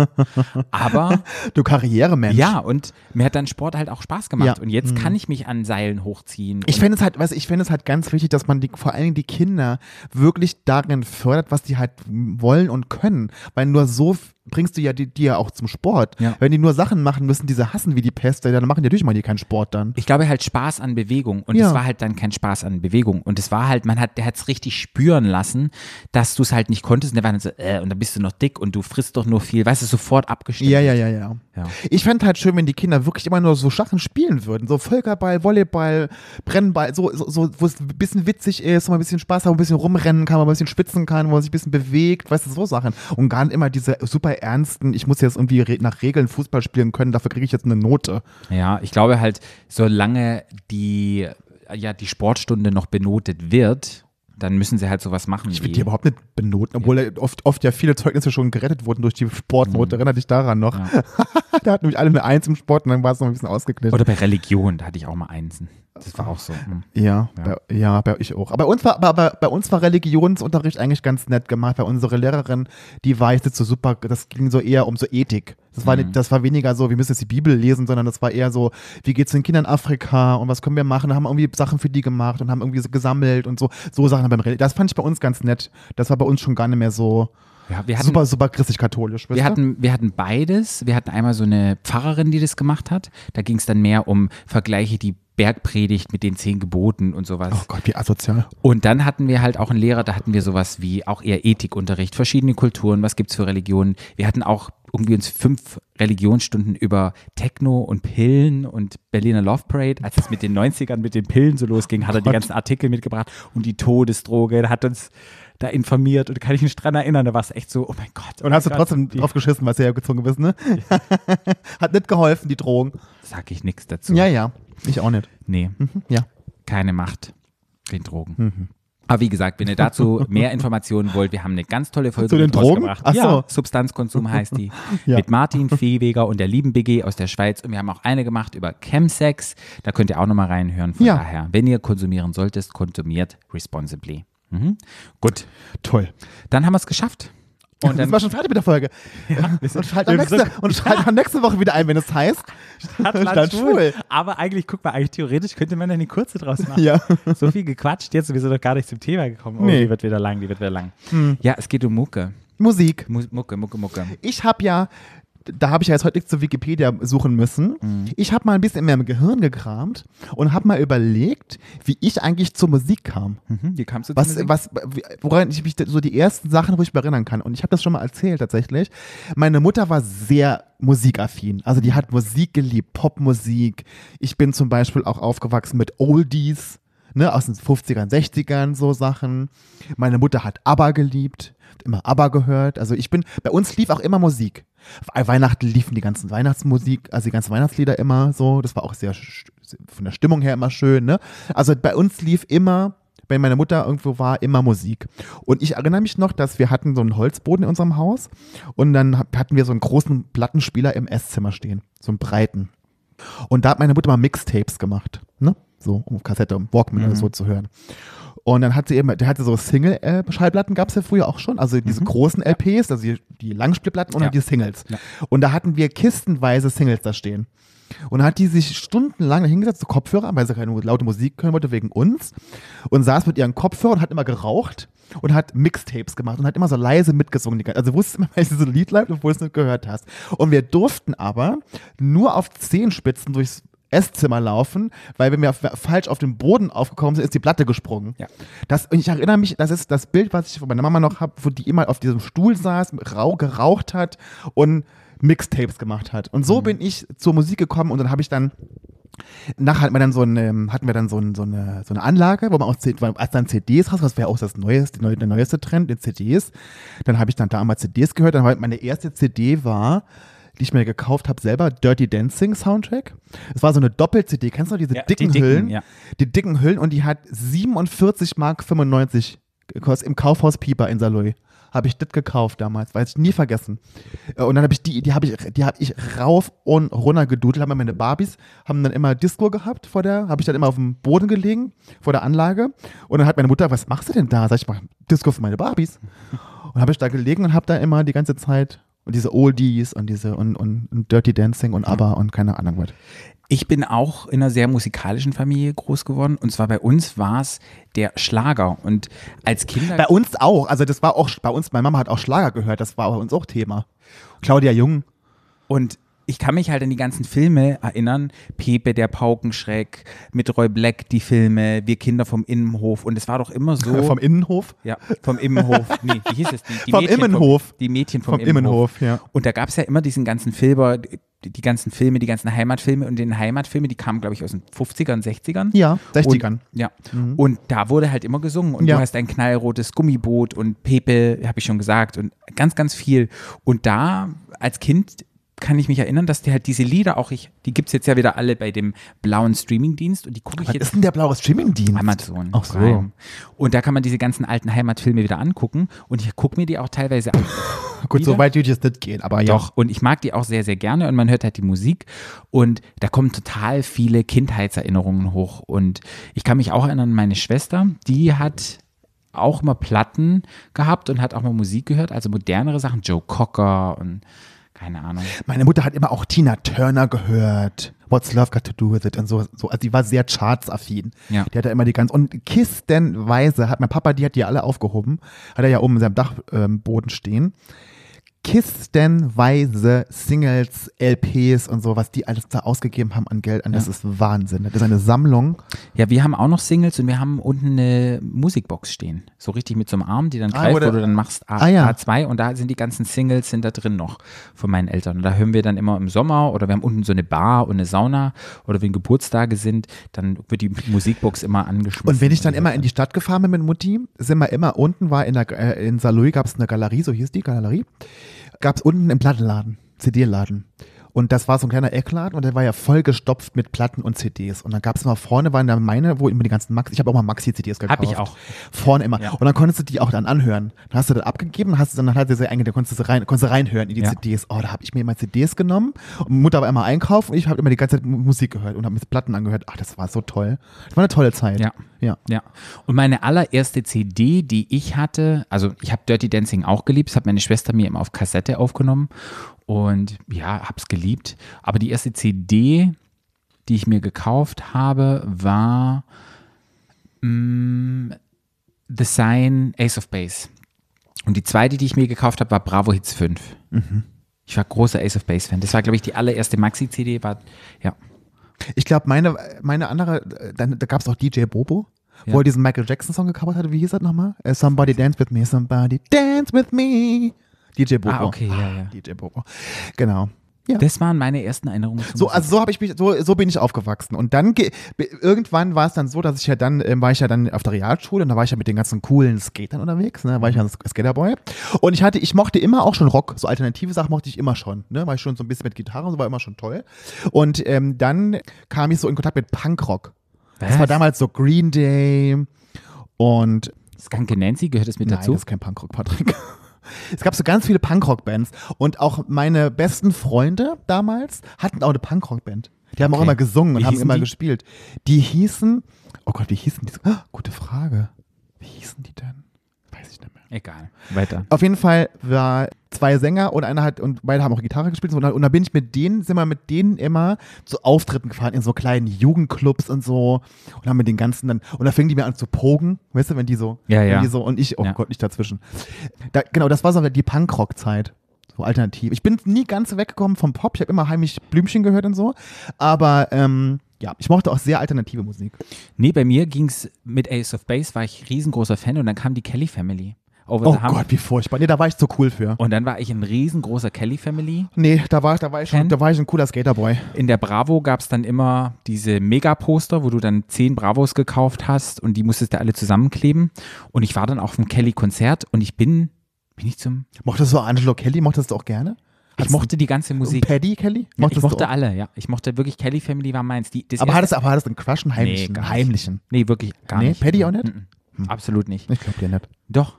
S1: Aber
S2: Du Karrieremensch.
S1: ja, und mir hat dann Sport halt auch Spaß gemacht.
S2: Ja. Mhm.
S1: Und jetzt kann ich mich an Seilen hochziehen.
S2: Ich
S1: und
S2: fände es halt, was ich fände es halt ganz wichtig, dass man die, vor allen Dingen die Kinder wirklich darin fördert, was die halt wollen und können. Weil nur so f- bringst du ja die, die ja auch zum Sport.
S1: Ja.
S2: Wenn die nur Sachen machen müssen, die sie hassen wie die Pest, dann machen die natürlich mal die keinen Sport dann.
S1: ich glaube halt Spaß an Bewegung und
S2: Ja.
S1: es war halt dann kein Spaß an Bewegung und es war halt, man hat, der hat's richtig spüren lassen, dass du es halt nicht konntest und der war dann so, äh, und dann bist du noch dick und du frisst doch nur viel, weißt du, sofort abgestimmt.
S2: Ja, ja, ja, ja.
S1: Ja.
S2: Ich fände halt schön, wenn die Kinder wirklich immer nur so Sachen spielen würden. So Völkerball, Volleyball, Brennball, so, so, so wo es ein bisschen witzig ist, wo man ein bisschen Spaß hat, wo man ein bisschen rumrennen kann, wo man ein bisschen schwitzen kann, wo man sich ein bisschen bewegt, weißt du, so Sachen. Und gar nicht immer diese super ernsten, ich muss jetzt irgendwie re nach Regeln Fußball spielen können, dafür kriege ich jetzt eine Note.
S1: Ja, ich glaube halt, solange die, ja, die Sportstunde noch benotet wird, dann müssen sie halt sowas machen.
S2: Ich
S1: wie-
S2: will die überhaupt nicht benoten, obwohl ja oft, oft ja viele Zeugnisse schon gerettet wurden durch die Sportnote. Erinnere dich daran noch.
S1: Ja.
S2: da hatten nämlich alle eine Eins im Sport und dann war es noch ein bisschen ausgeglichen.
S1: Oder bei Religion, da hatte ich auch mal Einsen. Das war auch so. hm.
S2: Ja, ja. Bei, ja bei ich auch. Aber bei uns war, aber, aber bei uns war Religionsunterricht eigentlich ganz nett gemacht, weil unsere Lehrerin, die war jetzt nicht so super, das ging so eher um so Ethik. Das
S1: Mhm.
S2: war, nicht, das war weniger so, wir müssen jetzt die Bibel lesen, sondern das war eher so, wie geht's den Kindern in Afrika und was können wir machen? Da haben wir irgendwie Sachen für die gemacht und haben irgendwie so gesammelt und so, so Sachen beim Reli- Das fand ich bei uns ganz nett. Das war bei uns schon gar nicht mehr so
S1: Ja, wir hatten,
S2: super, super christlich-katholisch. wisst
S1: wir,
S2: ihr?
S1: hatten, wir hatten beides. Wir hatten einmal so eine Pfarrerin, die das gemacht hat. Da ging es dann mehr um Vergleiche, die Bergpredigt mit den zehn Geboten und sowas.
S2: oh Gott, wie asozial.
S1: Und dann hatten wir halt auch einen Lehrer, da hatten wir sowas wie auch eher Ethikunterricht, verschiedene Kulturen, was gibt's für Religionen. Wir hatten auch irgendwie uns fünf Religionsstunden über Techno und Pillen und Berliner Love Parade. Als es mit den 90ern mit den Pillen so losging, hat er die ganzen Artikel mitgebracht und die Todesdroge, der hat uns da informiert und kann ich mich dran erinnern, da war es echt so, oh mein Gott. oh
S2: Und hast du
S1: mein Gott,
S2: trotzdem
S1: die-
S2: drauf geschissen, was du ja gezwungen bist, ne? Hat nicht geholfen, die Drohung.
S1: Sag ich nichts dazu.
S2: Ja, Mhm. ja. Ich auch nicht.
S1: Nee.
S2: Ja.
S1: keine Macht den Drogen.
S2: Mhm.
S1: Aber wie gesagt, wenn ihr dazu mehr Informationen wollt, wir haben eine ganz tolle Folge
S2: Zu den
S1: mit
S2: Drogen?
S1: rausgebracht.
S2: Ach
S1: ja,
S2: so.
S1: Substanzkonsum heißt die.
S2: Ja.
S1: Mit Martin Fehweger und der lieben BG aus der Schweiz. Und wir haben auch eine gemacht über Chemsex. Da könnt ihr auch nochmal reinhören. Von
S2: Ja.
S1: daher, wenn ihr konsumieren solltest, konsumiert responsibly. Mhm. Gut,
S2: Toll.
S1: dann haben wir es geschafft.
S2: Und dann sind wir schon fertig mit der Folge. und schalt,
S1: wir
S2: nächste, und schalt auch nächste Woche wieder ein, wenn es heißt. Stadt schwul.
S1: Aber eigentlich, guck mal, eigentlich theoretisch könnte man da eine kurze draus machen.
S2: Ja.
S1: So viel gequatscht, jetzt wir sind doch gar nicht zum Thema gekommen. Oh,
S2: Nee. Hm.
S1: die wird wieder lang, die wird wieder lang. Ja, es geht um Mucke.
S2: Musik.
S1: Mu- Mucke, Mucke, Mucke.
S2: Ich habe ja da habe ich ja jetzt heute nichts zu Wikipedia suchen müssen. Ich habe mal ein bisschen in meinem Gehirn gekramt und habe mal überlegt, wie ich eigentlich zur Musik kam.
S1: Mhm, wie kamst du zu
S2: Was,
S1: Musik?
S2: was, wie- woran ich mich so die ersten Sachen, wo ich mich erinnern kann. Und ich habe das schon mal erzählt tatsächlich. Meine Mutter war sehr musikaffin. Also die hat Musik geliebt, Popmusik. Ich bin zum Beispiel auch aufgewachsen mit Oldies, ne, aus den 50ern, 60ern, so Sachen. Meine Mutter hat ABBA geliebt, hat immer ABBA gehört. Also ich bin, bei uns lief auch immer Musik. Auf Weihnachten liefen die ganzen Weihnachtsmusik, also die ganzen Weihnachtslieder immer so. Das war auch sehr, sch- von der Stimmung her immer schön, ne. Also bei uns lief immer wenn meine Mutter irgendwo war, immer Musik. Und ich erinnere mich noch, dass wir hatten so einen Holzboden in unserem Haus und dann hab- hatten wir so einen großen Plattenspieler im Esszimmer stehen, so einen breiten. Und da hat meine Mutter mal Mixtapes gemacht, ne? So um Kassette, um Walkman
S1: Mhm.
S2: oder so zu hören. Und dann hat sie eben, der hatte so Single-Schallplatten, gab es ja früher auch schon, also diese großen LPs, also die, die Langspielplatten und
S1: Mhm. Ja.
S2: dann die Singles. Und da hatten wir kistenweise Singles da stehen. Und dann hat die sich stundenlang hingesetzt, so Kopfhörer, weil sie keine laute Musik hören wollte wegen uns. Und saß mit ihren Kopfhörern und hat immer geraucht und hat Mixtapes gemacht und hat immer so leise mitgesungen. die ganze- Also wusste immer, welches Lied läuft, obwohl du es nicht gehört hast. Und wir durften aber nur auf Zehenspitzen durchs Esszimmer laufen, weil wenn wir auf, falsch auf den Boden aufgekommen sind, ist die Platte gesprungen.
S1: Ja.
S2: Das, und ich erinnere mich, das ist das Bild, was ich von meiner Mama noch habe, wo die immer auf diesem Stuhl saß, rau, geraucht hat und Mixtapes gemacht hat. Und so bin ich zur Musik gekommen und dann habe ich dann nachher hatten wir dann so eine, hatten wir dann so, ein, so, eine, so eine Anlage, wo man auch C- als dann CDs raus, das wäre auch das neueste, neu, der neueste Trend, die CDs. Dann habe ich dann da mal CDs gehört. Dann war meine erste CD war, die ich mir gekauft habe, selber Dirty Dancing Soundtrack. Es war so eine Doppel-CD. Kennst du noch diese
S1: Ja, die
S2: dicken,
S1: dicken,
S2: Hüllen?
S1: ja.
S2: Die dicken Hüllen und die hat 47 Mark 95 gekostet im Kaufhaus Pieper in Saloy. Habe ich das gekauft damals, weiß ich nie vergessen. Äh, Und dann habe ich die, die habe ich, die habe ich rauf und runter gedudelt, haben meine Barbies, haben dann immer Disco gehabt vor der, habe ich dann immer auf dem Boden gelegen, vor der Anlage. Und dann hat meine Mutter, was machst du denn da? Sag ich, mal, Disco für meine Barbies. Und habe ich da gelegen und habe da immer die ganze Zeit und diese Oldies und diese und, und, und Dirty Dancing und ABBA und keine Ahnung was.
S1: Ich bin auch in einer sehr musikalischen Familie groß geworden. Und zwar bei uns war es der Schlager. Und als Kinder.
S2: Bei uns auch. Also das war auch bei uns, meine Mama hat auch Schlager gehört, das war bei uns auch Thema. Claudia Jung.
S1: Und ich kann mich halt an die ganzen Filme erinnern. Pepe, der Paukenschreck, mit Roy Black die Filme, Wir Kinder vom Innenhof. Und es war doch immer so.
S2: Äh, Vom Innenhof?
S1: ja, vom Innenhof. Nee, wie hieß es? Die, die
S2: Vom
S1: Mädchen
S2: Immenhof.
S1: Vom, die Mädchen vom,
S2: Vom Immenhof, ja.
S1: Und da gab es ja immer diesen ganzen Filber, die, die ganzen Filme, die ganzen Heimatfilme. Und den Heimatfilme, die kamen, glaube ich, aus den 50ern, 60ern.
S2: Ja, 60ern.
S1: Und, ja. Und da wurde halt immer gesungen. Und
S2: Ja.
S1: du hast ein knallrotes Gummiboot und Pepe, habe ich schon gesagt, und ganz, ganz viel. Und da als Kind kann ich mich erinnern, dass die halt diese Lieder auch, ich, die gibt es jetzt ja wieder alle bei dem blauen Streamingdienst und die gucke ich
S2: Was
S1: jetzt
S2: ist denn der blaue Streamingdienst?
S1: Amazon.
S2: Ach so.
S1: Prime. Und da kann man diese ganzen alten Heimatfilme wieder angucken und ich gucke mir die auch teilweise an.
S2: Gut, so
S1: Wieder?
S2: weit würde ich jetzt nicht gehen, aber ja.
S1: Doch, und ich mag die auch sehr, sehr gerne und man hört halt die Musik und da kommen total viele Kindheitserinnerungen hoch. Und ich kann mich auch erinnern, meine Schwester, die hat auch mal Platten gehabt und hat auch mal Musik gehört, also modernere Sachen, Joe Cocker und keine Ahnung.
S2: Meine Mutter hat immer auch Tina Turner gehört. What's Love Got to Do with It und so. so. Also die war sehr chartsaffin.
S1: Ja.
S2: Die hat da immer die ganz und kistenweise hat mein Papa, die hat die alle aufgehoben. Hat er ja oben in seinem Dachboden stehen. Kistenweise Singles, LPs und so, was die alles da ausgegeben haben an Geld. Und das ist Wahnsinn. Das ist eine Sammlung.
S1: Ja, wir haben auch noch Singles und wir haben unten eine Musikbox stehen. So richtig mit so einem Arm, die dann
S2: Ah,
S1: greift,
S2: wo
S1: wo
S2: der-
S1: du dann machst A,
S2: Ah, ja.
S1: A2 und da sind die ganzen Singles sind da drin noch von meinen Eltern. Und da hören wir dann immer im Sommer oder wir haben unten so eine Bar und eine Sauna oder wenn Geburtstage sind, dann wird die Musikbox immer angeschmissen.
S2: Und wenn ich dann immer in die Stadt gefahren bin mit Mutti, sind wir immer unten, war in, der, äh, in Saloy gab es eine Galerie, so hieß die Galerie, gab es unten einen Plattenladen, CD-Laden. Und das war so ein kleiner Eckladen und der war ja voll gestopft mit Platten und CDs. Und dann gab es mal vorne, waren da meine, wo immer die ganzen Maxi, ich habe auch mal Maxi-CDs gekauft.
S1: Hab ich auch.
S2: Vorne immer. Und dann konntest du die auch dann anhören. Dann hast du das abgegeben, hast du dann hat sie sie einge- dann konntest du sie rein, konntest du reinhören in die
S1: Ja.
S2: CDs. Oh, da habe ich mir immer CDs genommen und Mutter war immer einkaufen und ich habe immer die ganze Zeit Mu- Musik gehört und habe mir Platten angehört. Ach, das war so toll. Das war eine tolle Zeit.
S1: Ja.
S2: Ja.
S1: Ja. Und meine allererste CD, die ich hatte, also ich habe Dirty Dancing auch geliebt, das hat meine Schwester mir immer auf Kassette aufgenommen und ja, hab's geliebt. Aber die erste CD, die ich mir gekauft habe, war mm, The
S2: Mhm.
S1: Sign Ace of Base. Und die zweite, die ich mir gekauft habe, war Bravo Hits 5. Ich war großer Ace of Base Fan. Das war, glaube ich, die allererste Maxi-CD. War, ja.
S2: Ich glaube, meine, meine andere, äh, dann, da gab es auch DJ Bobo,
S1: Ja.
S2: wo er diesen Michael Jackson-Song gecovert hatte. Wie hieß das nochmal? Äh, somebody dance with me, somebody dance with me. DJ Bobo.
S1: Ah, okay, ja, ja.
S2: DJ Bobo. Genau. Ja.
S1: Das waren meine ersten Erinnerungen. zum
S2: So, also so habe ich mich, so, so bin ich aufgewachsen. Und dann ge- be- irgendwann war es dann so, dass ich ja dann, ähm, war ich ja dann auf der Realschule und da war ich ja mit den ganzen coolen Skatern unterwegs, ne? Da war ich ja ein Sk- Skaterboy. Und ich hatte, ich mochte immer auch schon Rock, so alternative Sachen mochte ich immer schon, ne? War ich schon so ein bisschen mit Gitarre und so war immer schon toll. Und ähm, dann kam ich so in Kontakt mit Punkrock. Das
S1: Was?
S2: war damals so Green Day und
S1: Skanke Nancy gehört es mit
S2: Nein,
S1: dazu.
S2: das ist kein Punkrock, Patrick. Es gab so ganz viele Punkrock-Bands und auch meine besten Freunde damals hatten auch eine Punkrock-Band. Die haben auch
S1: Okay.
S2: immer gesungen und
S1: Wie
S2: haben
S1: hießen
S2: immer
S1: die?
S2: gespielt. Die hießen, oh Gott, wie hießen die? so- Ah, Gute Frage. Wie hießen die denn? Weiß ich nicht mehr.
S1: Egal. Weiter.
S2: Auf jeden Fall war zwei Sänger und einer hat und beide haben auch Gitarre gespielt und, da- und da bin ich mit denen sind wir mit denen immer zu Auftritten gefahren in so kleinen Jugendclubs und so und haben mit den ganzen dann und da fingen die mir an zu pogen, weißt du, wenn die so
S1: Ja,
S2: wenn
S1: ja.
S2: die so und ich oh
S1: Ja.
S2: Gott, nicht dazwischen. Da, genau, das war so die Punkrock Zeit. So alternativ. Ich bin nie ganz weggekommen vom Pop. Ich habe immer heimlich Blümchen gehört und so. Aber ähm, ja, ich mochte auch sehr alternative Musik.
S1: Nee, bei mir ging es mit Ace of Base, war ich riesengroßer Fan und dann kam die Kelly Family. Over
S2: Oh
S1: the Hump.
S2: Gott, wie furchtbar. Nee, da war ich zu cool für.
S1: Und dann war ich ein riesengroßer Kelly Family.
S2: Nee, da war, da war ich schon,
S1: Fan?
S2: da war ich ein cooler Skaterboy.
S1: In der Bravo gab es dann immer diese Mega-Poster, wo du dann zehn Bravos gekauft hast und die musstest du alle zusammenkleben. Und ich war dann auch vom Kelly-Konzert und ich bin, bin ich zum,
S2: Mochtest du Angelo Kelly? Mochtest du auch gerne?
S1: ich mochte die ganze Musik.
S2: Paddy Kelly?
S1: Ja,
S2: Mochtest
S1: ich mochte
S2: du auch?
S1: alle, ja. Ich mochte wirklich Kelly Family war meins. Die, das
S2: Aber
S1: erste-
S2: hattest, aber hattest du einen Crush, einen heimlichen?
S1: gar nicht.
S2: heimlichen.
S1: Nee, wirklich gar
S2: Nee,
S1: nicht.
S2: Paddy auch nicht?
S1: Mhm. Absolut nicht.
S2: Ich glaube dir nicht.
S1: Doch.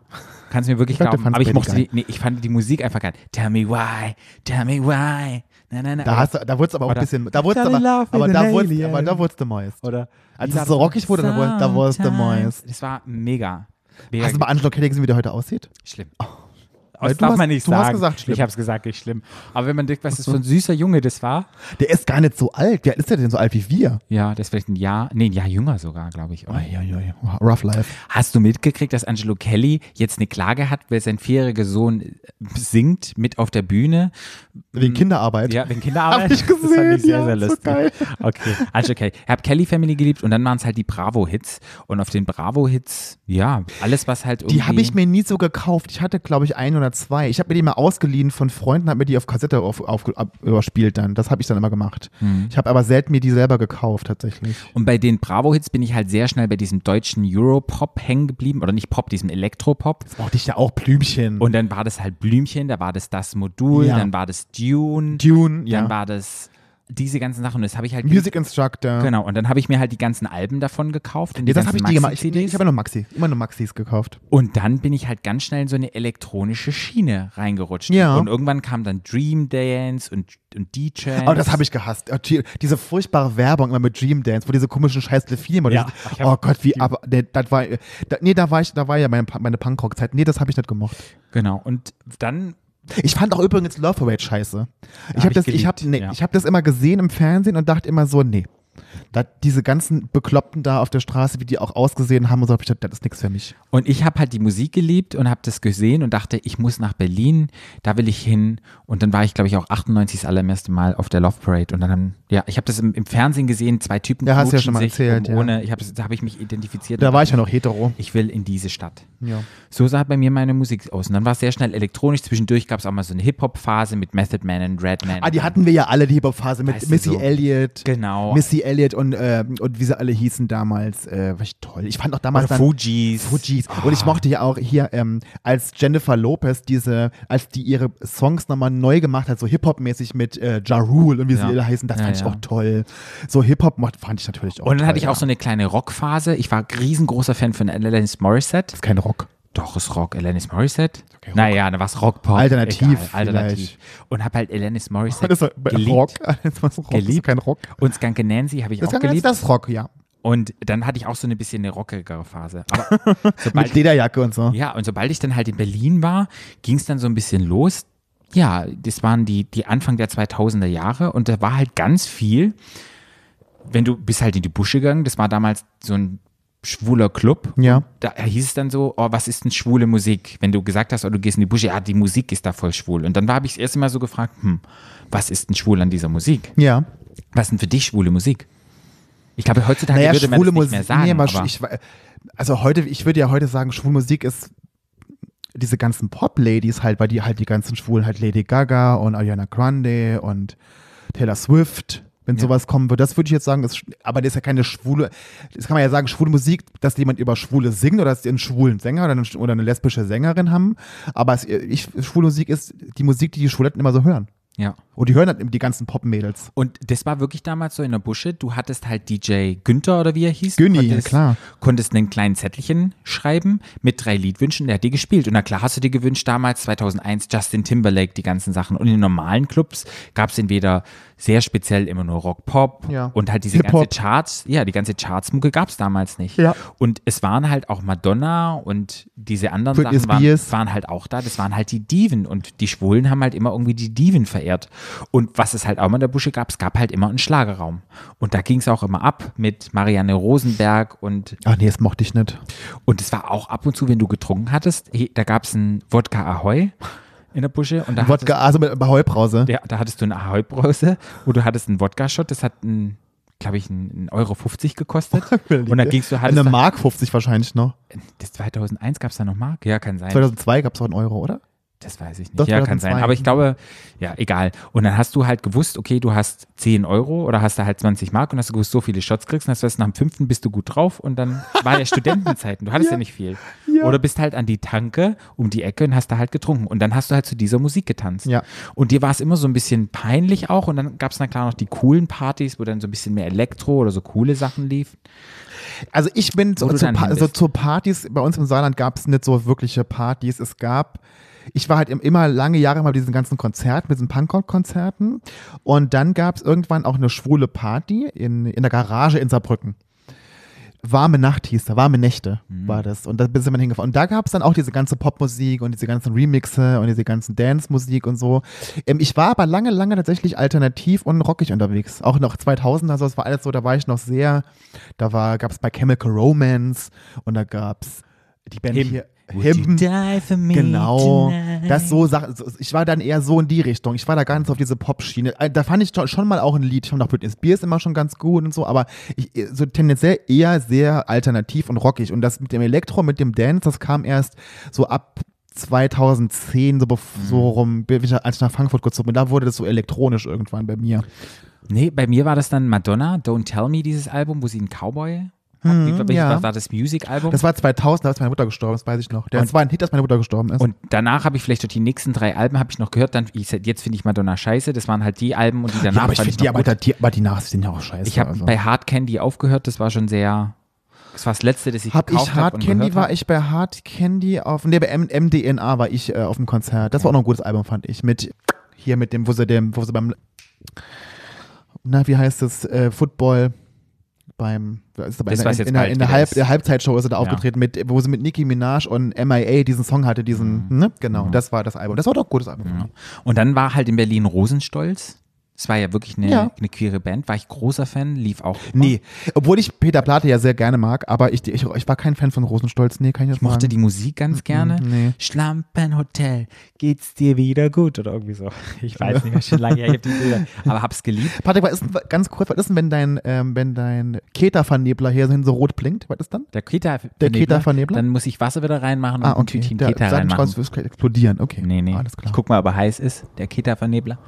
S1: Kannst mir wirklich
S2: Ich glaub, du
S1: glauben.
S2: fandst
S1: Aber ich
S2: Paddy
S1: mochte
S2: geil.
S1: die, nee, ich fand die Musik einfach geil. Tell me why, tell me why. Na, na, na.
S2: Da, hast, du- da wurde es aber auch ein
S1: Oder-
S2: bisschen, da wurde es
S1: Fell in
S2: aber,
S1: love
S2: aber
S1: with
S2: da
S1: an
S2: wurde
S1: alien.
S2: aber da wurde es the moist.
S1: oder
S2: Als es so rockig wurde, da wurde- da wurde es der Mois.
S1: Das war mega. mega
S2: Hast du mal Angelo Kelly gesehen, wie der heute aussieht?
S1: schlimm.
S2: Weil
S1: das
S2: du
S1: darf
S2: hast-
S1: man nicht
S2: du hast
S1: sagen.
S2: gesagt, schlimm.
S1: Ich hab's gesagt, nicht schlimm. Aber wenn man denkt, was das für ein süßer Junge das war.
S2: Der ist gar nicht so alt. Wer ist der denn so alt wie wir?
S1: Ja, das ist vielleicht ein Jahr, nee, ein Jahr jünger sogar, glaube ich. Oder?
S2: Uiuiui. Rough Life.
S1: Hast du mitgekriegt, dass Angelo Kelly jetzt eine Klage hat, weil sein vierjähriger Sohn äh, singt mit auf der Bühne?
S2: Wegen Kinderarbeit.
S1: Mm. Ja, wegen Kinderarbeit.
S2: Hab ich
S1: das fand
S2: gesehen,
S1: ich sehr,
S2: ja,
S1: sehr
S2: so
S1: lustig.
S2: geil.
S1: Okay, Angelo Kelly. Ich habe Kelly Family geliebt und dann waren es halt die Bravo-Hits. Und auf den Bravo-Hits, ja, alles, was halt irgendwie.
S2: Die habe ich mir nie so gekauft. Ich hatte, glaube ich, ein oder zwei. Ich habe mir die mal ausgeliehen von Freunden, habe mir die auf Kassette auf, auf, ab, überspielt dann. Das habe ich dann immer gemacht.
S1: Mhm.
S2: Ich habe aber selten mir die selber gekauft, tatsächlich.
S1: Und bei den Bravo-Hits bin ich halt sehr schnell bei diesem deutschen Europop hängen geblieben. Oder nicht Pop, diesem Elektropop.
S2: Mochte ich ja auch Blümchen.
S1: Und dann war das halt Blümchen, da war das das Modul,
S2: Ja.
S1: dann war das Dune,
S2: Dune, ja.
S1: dann war das diese ganzen Sachen. Und das habe ich halt.
S2: Music Instructor.
S1: Genau, und dann habe ich mir halt die ganzen Alben davon gekauft. Und die
S2: Ja, das
S1: ganzen
S2: habe ich nie gemacht. Ich, nee,
S1: Maxi-CDs.
S2: ich habe nur Maxi, immer nur Maxis gekauft.
S1: Und dann bin ich halt ganz schnell in so eine elektronische Schiene reingerutscht.
S2: Ja.
S1: Und irgendwann kam dann Dream Dance und, und DJ.
S2: Aber Oh, das habe ich gehasst. Oh, die- Diese furchtbare Werbung immer mit Dream Dance, wo diese komischen scheiß Filme.
S1: Ja, ich
S2: oh
S1: hab-
S2: Gott, wie aber nee, das war da, nee, da war ich, da war ja meine, Punk- meine Punkrock-Zeit. Nee, das habe ich nicht gemocht.
S1: Genau, und dann.
S2: Ich fand auch übrigens Love Parade scheiße. Ich
S1: hab
S2: habe
S1: ich
S2: das, ich hab,
S1: geliebt,
S2: nee,
S1: ja.
S2: ich hab das immer gesehen im Fernsehen und dachte immer so, nee. Da, diese ganzen Bekloppten da auf der Straße, wie die auch ausgesehen haben und so, hab ich gedacht, das ist nichts für mich.
S1: Und ich habe halt die Musik geliebt und habe das gesehen und dachte, ich muss nach Berlin, da will ich hin. Und dann war ich, glaube ich, auch 98 das allererste Mal auf der Love Parade. Und dann, ja, ich habe das im, im Fernsehen gesehen, zwei Typen
S2: Ja, hast du ja
S1: knutschen
S2: schon mal
S1: sich
S2: erzählt,
S1: um,
S2: ja.
S1: ohne, ich habe da habe ich mich identifiziert.
S2: Da
S1: und
S2: war ich
S1: dachte,
S2: ja noch hetero.
S1: Ich will in diese Stadt.
S2: Ja.
S1: So sah bei mir meine Musik aus. Und dann war es sehr schnell elektronisch. Zwischendurch gab es auch mal so eine Hip-Hop-Phase mit Method Man und Redman.
S2: Ah, die hatten wir ja alle, die Hip-Hop-Phase mit
S1: Weißt du,
S2: Missy
S1: so.
S2: Elliott.
S1: Genau.
S2: Missy Elliott und, ähm, und wie sie alle hießen damals. Äh, war ich toll. Ich fand auch damals
S1: Oder Ah.
S2: dann.
S1: Fujis.
S2: Fujis. Und ich mochte ja auch hier, ähm, als Jennifer Lopez diese, als die ihre Songs nochmal neu gemacht hat, so Hip-Hop-mäßig mit äh, Ja Rule und wie sie
S1: Ja.
S2: alle heißen, das
S1: Ja,
S2: fand
S1: ja.
S2: ich auch toll. So Hip-Hop macht- fand ich natürlich auch
S1: Und dann
S2: toll,
S1: hatte ich auch
S2: ja.
S1: so eine kleine Rockphase. Ich war riesengroßer Fan von Alanis Morissette.
S2: Das ist kein Rock.
S1: Doch, ist Rock. Alanis Morissette.
S2: Okay, Rock.
S1: Naja, dann war es Rockpop.
S2: Alternativ
S1: Egal, alternativ.
S2: vielleicht.
S1: Und habe halt Alanis Morissette
S2: Das ist
S1: geliebt.
S2: Rock. Das war so Rock. Das ist
S1: Geliebt.
S2: kein Rock.
S1: Und Skanke Nancy habe ich
S2: Das
S1: auch
S2: ist ganz-
S1: geliebt.
S2: das ist Rock, ja.
S1: Und dann hatte ich auch so eine bisschen eine rockigere Phase. Aber sobald
S2: Mit Lederjacke und so.
S1: Ja, und sobald ich dann halt in Berlin war, ging es dann so ein bisschen los. Ja, das waren die, die Anfang der 2000er Jahre und da war halt ganz viel. Wenn du bist halt in die Busche gegangen, das war damals so ein schwuler Club.
S2: Ja.
S1: Da hieß es dann so, oh, was ist denn schwule Musik? Wenn du gesagt hast, oh, du gehst in die Busche, ja, die Musik ist da voll schwul. Und dann habe ich das erste Mal so gefragt, hm, was ist denn schwul an dieser Musik?
S2: Ja.
S1: Was ist denn für dich schwule Musik? Ich glaube, heutzutage
S2: Naja,
S1: würde man
S2: schwule
S1: das nicht
S2: Musik.
S1: mehr sagen.
S2: nee, mal,
S1: aber
S2: ich, wei- also heute, ich würde ja heute sagen, schwule Musik ist diese ganzen Pop-Ladies halt, weil die halt die ganzen Schwulen halt Lady Gaga und Ariana Grande und Taylor Swift. Wenn
S1: Ja.
S2: sowas kommen würde, das würde ich jetzt sagen, ist, sch- aber das ist ja keine schwule, das kann man ja sagen, schwule Musik, dass jemand über Schwule singt oder dass die einen schwulen Sänger oder eine, oder eine lesbische Sängerin haben, aber es, ich, schwule Musik ist die Musik, die die Schwuletten immer so hören.
S1: ja.
S2: Und die hören halt eben die ganzen Pop-Mädels.
S1: Und das war wirklich damals so in der Busche. Du hattest halt DJ Günther oder wie er hieß.
S2: Günni,
S1: konntest,
S2: ja klar.
S1: Konntest einen kleinen Zettelchen schreiben mit drei Liedwünschen. Der hat die gespielt. Und na klar hast du dir gewünscht, damals 2001 Justin Timberlake, die ganzen Sachen. Und in normalen Clubs gab es entweder sehr speziell immer nur Rock-Pop
S2: Ja.
S1: und halt diese
S2: Hip-Hop.
S1: ganze Charts, ja, die ganze Chartsmucke gab es damals nicht.
S2: Ja.
S1: Und es waren halt auch Madonna und diese anderen
S2: Britney
S1: Sachen waren,
S2: Spears.
S1: waren halt auch da. Das waren halt die Diven und die Schwulen haben halt immer irgendwie die Diven verehrt. Und was es halt auch mal in der Busche gab, es gab halt immer einen Schlagerraum. Und da ging es auch immer ab mit Marianne Rosenberg und
S2: Ach nee, das mochte ich nicht.
S1: und es war auch ab und zu, wenn du getrunken hattest, eh, da gab es einen Wodka Ahoy in der Busche und da
S2: Wodka, also mit bei Heubrause.
S1: ja, da hattest du eine Ahoi-Brause, wo du hattest einen Wodka-Shot, das hat einen, glaube ich, einen Euro 50 gekostet. Und dann gingst du halt.
S2: Eine Mark 50 wahrscheinlich noch.
S1: Das 2001 gab es da noch Mark? Ja, kann sein.
S2: 2002 gab es auch einen Euro, oder?
S1: Das weiß ich nicht.
S2: Doch,
S1: ja, kann
S2: 2002.
S1: sein. Aber ich glaube, ja, egal. Und dann hast du halt gewusst, okay, du hast 10 Euro oder hast da halt 20 Mark und hast du gewusst, so viele Shots kriegst und hast du nach dem fünften bist du gut drauf und dann war ja Studentenzeiten, du hattest ja, nicht viel. Oder bist halt an die Tanke um die Ecke und hast da halt getrunken und dann hast du halt zu dieser Musik getanzt.
S2: Ja.
S1: Und dir war es immer so ein bisschen peinlich auch und dann gab es dann klar noch die coolen Partys, wo dann so ein bisschen mehr Elektro oder so coole Sachen liefen.
S2: Also ich bin
S1: Wo
S2: so,
S1: du
S2: zu,
S1: dann
S2: pa
S1: hin
S2: so
S1: bist.
S2: zu Partys, bei uns im Saarland gab es nicht so wirkliche Partys. Es gab, ich war halt im- immer lange Jahre mal bei diesen ganzen Konzerten, mit diesen Punkrock-Konzerten. Und dann gab es irgendwann auch eine schwule Party in, in der Garage in Saarbrücken. Warme Nacht hieß da, warme Nächte
S1: Mhm.
S2: war das. Und da sind wir hingefahren. Und da gab es dann auch diese ganze Popmusik und diese ganzen Remixe und diese ganzen Dance-Musik und so. Ähm, ich war aber lange, lange tatsächlich alternativ und rockig unterwegs. Auch noch 2000, also das war alles so, da war ich noch sehr, da gab es bei Chemical Romance und da gab es die Band
S1: Him.
S2: hier.
S1: Would
S2: Him.
S1: you die for me
S2: Genau.
S1: tonight?
S2: Das so Sachen. so- Ich war dann eher so in die Richtung. Ich war da gar nicht so auf diese Pop-Schiene. Äh, Da fand ich schon- schon mal auch ein Lied. Ich fand auch Britney Spears immer schon ganz gut und so, aber ich, äh, so tendenziell eher sehr alternativ und rockig. Und das mit dem Elektro, mit dem Dance, das kam erst so ab 2010, so, bev-
S1: Mhm.
S2: so rum, bin ich- als ich nach Frankfurt gezogen bin. Da wurde das so elektronisch irgendwann bei mir.
S1: Nee, bei mir war das dann Madonna, Don't Tell Me, dieses Album, wo sie einen Cowboy hat. Wie-
S2: Hm, ja.
S1: war, war das Music-Album.
S2: Das war 2000, da ist meine Mutter gestorben, das weiß ich noch. Das
S1: Und-
S2: war ein Hit, dass meine Mutter gestorben ist.
S1: Und danach habe ich vielleicht durch die nächsten drei Alben habe ich noch gehört, dann ich, sag, jetzt finde ich Madonna scheiße, das waren halt die Alben und die danach
S2: ja, aber ich
S1: fand
S2: finde die,
S1: noch
S2: aber
S1: gut.
S2: die, aber die nach sind ja auch scheiße.
S1: Ich habe
S2: also.
S1: bei Hard Candy aufgehört, das war schon sehr das war das letzte, das ich
S2: Hab
S1: gekauft
S2: ich
S1: habe
S2: Hard
S1: und
S2: Candy,
S1: gehört
S2: war
S1: hab.
S2: ich bei Hard Candy auf, nee, bei M MDNA war ich äh, auf dem Konzert. Das war auch noch ein gutes Album, fand ich. Mit, hier mit dem, wo sie, dem, wo sie beim, na, wie heißt das, äh, Football, beim, ist aber
S1: Das
S2: in, der-
S1: weiß jetzt
S2: in, der-
S1: bald,
S2: in der,
S1: wie der
S2: Halb,
S1: ist.
S2: der Halbzeitshow ist er da
S1: Ja.
S2: aufgetreten, mit, wo sie mit Nicki Minaj und MIA diesen Song hatte, diesen,
S1: Mhm.
S2: ne, genau, das war das Album. Das war doch ein gutes Album. fand ich.
S1: Und dann war halt in Berlin Rosenstolz. Es war ja wirklich eine,
S2: Ja.
S1: eine queere Band, war ich großer Fan, lief auch. immer.
S2: Nee, obwohl ich Peter Plate ja sehr gerne mag, aber ich, ich, ich war kein Fan von Rosenstolz, nee, kann ich nicht
S1: Ich mochte
S2: sagen.
S1: die Musik ganz gerne.
S2: Mhm, nee.
S1: Schlampenhotel, geht's dir wieder gut oder irgendwie so. Ich weiß nicht mehr, schon lange her, ich hab die Bilder. Aber hab's geliebt.
S2: Patrick, was ist denn, ganz kurz, was ist denn, wenn dein, ähm, wenn dein Keta-Vernebler hier so rot blinkt? Was ist dann?
S1: Der Kita
S2: Der Keta-Vernebler?
S1: Dann muss ich Wasser wieder reinmachen und ein Tütchen
S2: Ah, Der
S1: Keta
S2: Sandstrauß
S1: reinmachen.
S2: wird explodieren, okay.
S1: Nee, nee.
S2: Alles klar.
S1: Ich guck mal, ob er heiß ist, der Keta-Vernebler.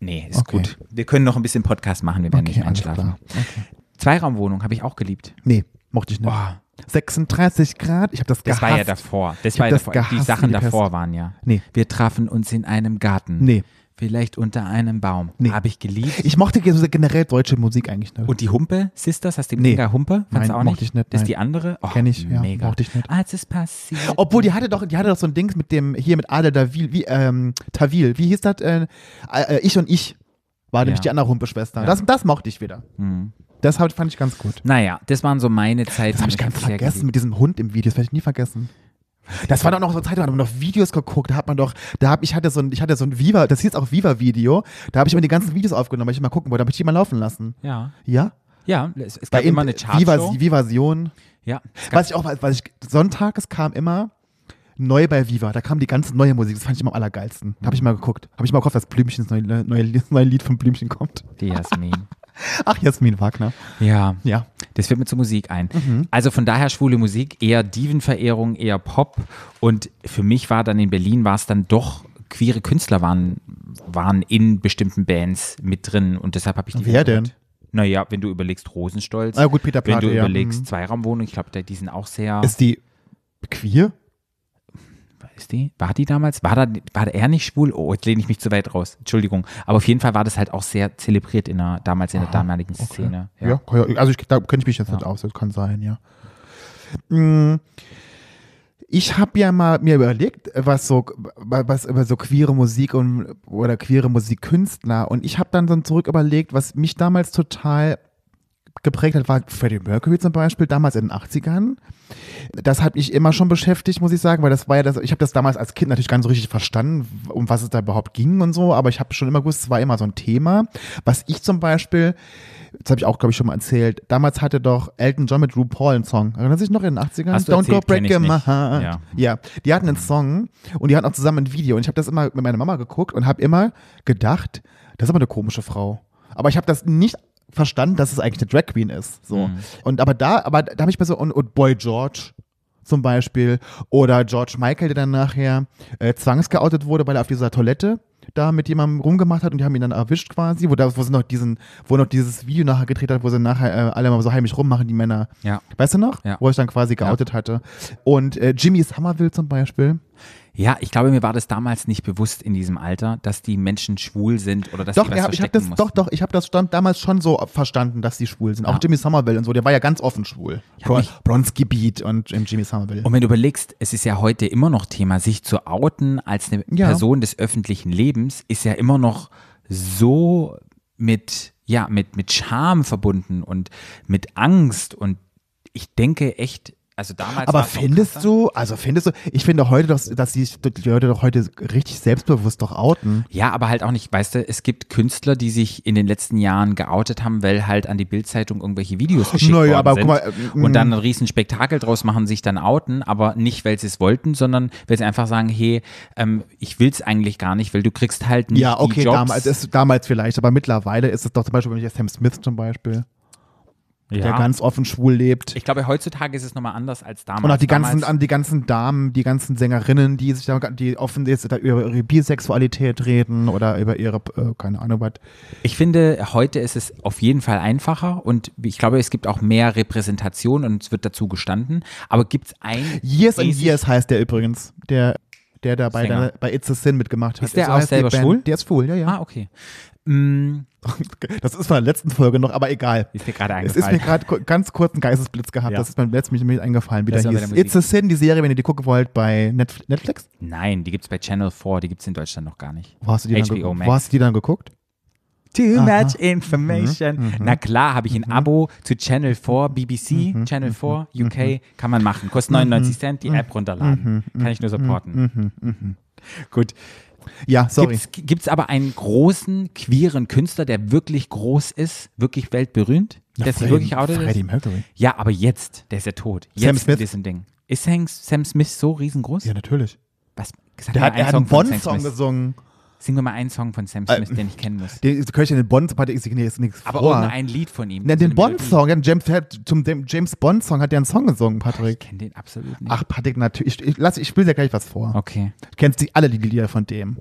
S1: Nee, ist
S2: Okay.
S1: gut. Wir können noch ein bisschen Podcast machen, wir werden
S2: okay,
S1: nicht
S2: alles
S1: einschlafen.
S2: klar. Okay.
S1: Zweiraumwohnung habe ich auch geliebt.
S2: Nee, mochte ich nicht.
S1: Boah,
S2: 36 Grad, ich habe das
S1: das
S2: gehasst.
S1: war ja davor. Das
S2: Ich
S1: war
S2: hab
S1: ja
S2: das
S1: davor. die
S2: gehasst
S1: Sachen
S2: wie die Pest.
S1: davor waren ja.
S2: Nee.
S1: Wir trafen uns in einem Garten.
S2: Nee.
S1: Vielleicht unter einem Baum.
S2: Nee.
S1: Habe ich geliebt.
S2: Ich mochte so generell deutsche Musik eigentlich nicht.
S1: Und die Humpe Sisters, hast du die
S2: Nee.
S1: mega Humpe? Fandst
S2: Nein,
S1: du auch
S2: mochte
S1: nicht?
S2: ich nicht,
S1: Das
S2: nein.
S1: ist die andere? Oh,
S2: Kenn ich, ja,
S1: mega.
S2: mochte ich nicht.
S1: Als es passiert.
S2: Obwohl, die hatte doch, die hatte doch so ein Ding mit dem, hier mit Ada Davil, wie, ähm, Tawil, wie hieß das, äh, äh, ich und ich, war nämlich
S1: Ja.
S2: die andere Humpeschwester.
S1: Ja.
S2: Das, das mochte ich wieder.
S1: Mhm.
S2: Das hab- fand ich ganz gut.
S1: Naja, das waren so meine Zeiten.
S2: Das habe ich
S1: die
S2: ganz
S1: hab sehr
S2: vergessen
S1: geliebt.
S2: mit diesem Hund im Video. Das werde ich nie vergessen. Das war doch noch so eine Zeit, da hat man noch Videos geguckt, da hat man doch, da hab, ich hatte so ein, ich hatte so ein Viva, das hieß auch Viva-Video, da habe ich immer die ganzen Videos aufgenommen, weil ich mal gucken wollte, da habe ich die mal laufen lassen.
S1: Ja.
S2: Ja?
S1: Ja, es, es
S2: Bei
S1: gab immer
S2: In-
S1: eine Chartshow.
S2: Viva, Viva Sion.
S1: Ja, es gab,
S2: Was ich auch, was ich, sonntags kam immer neu bei Viva, da kam die ganze neue Musik, das fand ich immer am allergeilsten. Habe ich mal geguckt. Habe ich mal gehofft, dass Blümchen, das neue, neue, neue Lied von Blümchen kommt.
S1: die Jasmin.
S2: Ach, Jasmin Wagner.
S1: Ja,
S2: Ja.
S1: das fällt mir zur Musik ein. Also von daher schwule Musik, eher Divenverehrung, eher Pop. Und für mich war dann in Berlin, war es dann doch, queere Künstler waren, waren in bestimmten Bands mit drin. Und deshalb habe ich die.
S2: Wer
S1: gehört.
S2: denn?
S1: Naja, wenn du überlegst, Rosenstolz.
S2: Ah, gut, Peter
S1: Wenn
S2: Plate,
S1: du
S2: ja,
S1: überlegst,
S2: mhm.
S1: Zweiraumwohnung, ich glaube, die sind auch sehr.
S2: Ist die queer?
S1: Ist die? War die damals? War, da, war er nicht schwul? Oh, jetzt lehne ich mich zu weit raus. Entschuldigung. Aber auf jeden Fall war das halt auch sehr zelebriert in der, damals in der damaligen Szene.
S2: Ja, kann ja- also ich, da kenne ich mich jetzt nicht aus, das kann sein, ja. Mm, Ich habe ja mal mir überlegt, was so was über so queere Musik und oder queere Musikkünstler und ich habe dann so zurück überlegt, was mich damals total geprägt hat, war Freddie Mercury zum Beispiel damals in den 80ern. Das hat mich immer schon beschäftigt, muss ich sagen, weil das war ja das, ich habe das damals als Kind natürlich ganz richtig verstanden, um was es da überhaupt ging und so, aber ich habe schon immer gewusst, es war immer so ein Thema. Was ich zum Beispiel das habe ich auch, glaube ich, schon mal erzählt. Damals hatte doch Elton John mit RuPaul einen Song. Erinnert sich noch in den 80ern?
S1: Hast du
S2: Don't
S1: erzählt,
S2: go break
S1: kenn ich
S2: your
S1: nicht.
S2: heart.
S1: Ja.
S2: ja, die hatten einen Song und die hatten auch zusammen ein Video. Und ich habe das immer mit meiner Mama geguckt und habe immer gedacht, das ist aber eine komische Frau. Aber ich habe das nicht verstanden, dass es eigentlich eine Drag Queen ist. So.
S1: Mhm.
S2: Und aber da, aber da habe ich mir so, und, und Boy George zum Beispiel oder George Michael, der dann nachher äh, zwangsgeoutet wurde, weil er auf dieser Toilette da mit jemandem rumgemacht hat und die haben ihn dann erwischt quasi, wo, da, wo sie noch diesen, wo noch dieses Video nachher gedreht hat, wo sie nachher äh, alle mal so heimlich rummachen, die Männer.
S1: Ja.
S2: Weißt du noch?
S1: Ja.
S2: Wo ich dann quasi geoutet hatte. Und äh, Jimmy Somerville zum Beispiel.
S1: Ja, ich glaube, mir war das damals nicht bewusst in diesem Alter, dass die Menschen schwul sind oder dass
S2: Doch,
S1: die was
S2: ja, ich habe
S1: verstecken
S2: das,
S1: mussten.
S2: doch, doch, ich habe das stand damals schon so verstanden, dass die schwul sind. Auch Jimmy Somerville und so, der war ja ganz offen schwul. Bron
S1: mich-
S2: Bronski Beat und ähm, Jimmy Somerville.
S1: Und wenn du überlegst, es ist ja heute immer noch Thema, sich zu outen als eine
S2: Ja.
S1: Person des öffentlichen Lebens, ist ja immer noch so mit, ja, mit, mit Scham verbunden und mit Angst. Und ich denke echt, also damals.
S2: Aber
S1: war's noch krasser.
S2: findest du, also findest du, ich finde heute, doch, dass die, die Leute doch heute richtig selbstbewusst doch outen.
S1: Ja, aber halt auch nicht, weißt du, es gibt Künstler, die sich in den letzten Jahren geoutet haben, weil halt an die Bildzeitung irgendwelche Videos geschickt
S2: Naja,
S1: worden
S2: aber
S1: sind
S2: guck mal, äh,
S1: und dann ein riesen Spektakel draus machen, sich dann outen, aber nicht, weil sie es wollten, sondern weil sie einfach sagen, hey, ähm, ich will's eigentlich gar nicht, weil du kriegst halt nicht
S2: Ja,
S1: die
S2: okay,
S1: Jobs.
S2: damals, ist, damals vielleicht, aber mittlerweile ist es doch zum Beispiel, wenn ich jetzt Sam Smith zum Beispiel, der
S1: ja.
S2: ganz offen schwul lebt.
S1: ich glaube, heutzutage ist es nochmal anders als damals.
S2: und auch die ganzen,
S1: damals,
S2: an die ganzen Damen, die ganzen Sängerinnen, die sich da, die offen jetzt da über ihre Bisexualität reden oder über ihre, äh, keine Ahnung, was.
S1: Ich finde, heute ist es auf jeden Fall einfacher und ich glaube, es gibt auch mehr Repräsentation und es wird dazu gestanden, aber gibt's ein
S2: Years and
S1: riesig-
S2: Years heißt der übrigens, der, der da bei,
S1: Sänger.
S2: der, bei It's a Sin mitgemacht hat.
S1: Ist der auch
S2: heißt die
S1: selber
S2: Band.
S1: schwul?
S2: Der ist schwul, ja, ja.
S1: Ah, okay. Mm,
S2: Das ist von der letzten Folge noch, aber egal.
S1: Ist dir gerade
S2: Es ist
S1: eingefallen.
S2: mir gerade ku- ganz kurz ein Geistesblitz gehabt.
S1: Ja.
S2: Das ist mir letztens nämlich eingefallen, wie
S1: Das
S2: der
S1: war bei
S2: hieß.
S1: der Musik.
S2: It's a Sin, die Serie, wenn ihr die gucken wollt, bei Netf- Netflix.
S1: Nein, die gibt's bei Channel 4, die gibt's in Deutschland noch gar nicht.
S2: Wo hast du die, dann,
S1: HBO
S2: ge-
S1: Max.
S2: Wo hast du die dann geguckt?
S1: Too
S2: Aha. Mhm,
S1: much information. Na klar, habe ich ein Abo zu Channel 4 BBC,
S2: Mhm,
S1: Channel 4 UK, kann man machen. Kostet 99 Cent, die App
S2: mhm,
S1: runterladen. Kann ich nur supporten. Gut.
S2: Ja, mhm. sorry.
S1: Gibt's, gibt's aber einen großen queeren Künstler, der wirklich groß ist, wirklich weltberühmt, der sich wirklich outet
S2: Freddie
S1: ist?
S2: Mercury.
S1: Ja, aber jetzt, der ist ja tot. Jetzt
S2: Sam Smith?
S1: in diesem Ding. Ist Sam, Sam Smith so riesengroß?
S2: Ja, natürlich.
S1: Was? Sag
S2: Der
S1: mal
S2: hat, er hat
S1: Song
S2: einen
S1: von Sam
S2: Bond-Song Äh,
S1: Smith.
S2: gesungen.
S1: Singen wir mal einen Song von Sam Smith, den ich kennen muss.
S2: Den den könnte ich in den Bond-Song, ich singe jetzt nichts
S1: Aber
S2: vor.
S1: auch nur ein Lied von ihm.
S2: Na,
S1: So
S2: den
S1: eine
S2: Bond-Song, ja, den James, der hat zum dem James Bond-Song hat der einen Song gesungen,
S1: Melodie. Ich
S2: Patrick.
S1: kenne den absolut nicht.
S2: Ach, Patrick, natürlich. Ich, ich, lass- ich spiele dir gleich was vor.
S1: Okay,
S2: Du kennst die, alle die Lieder von dem.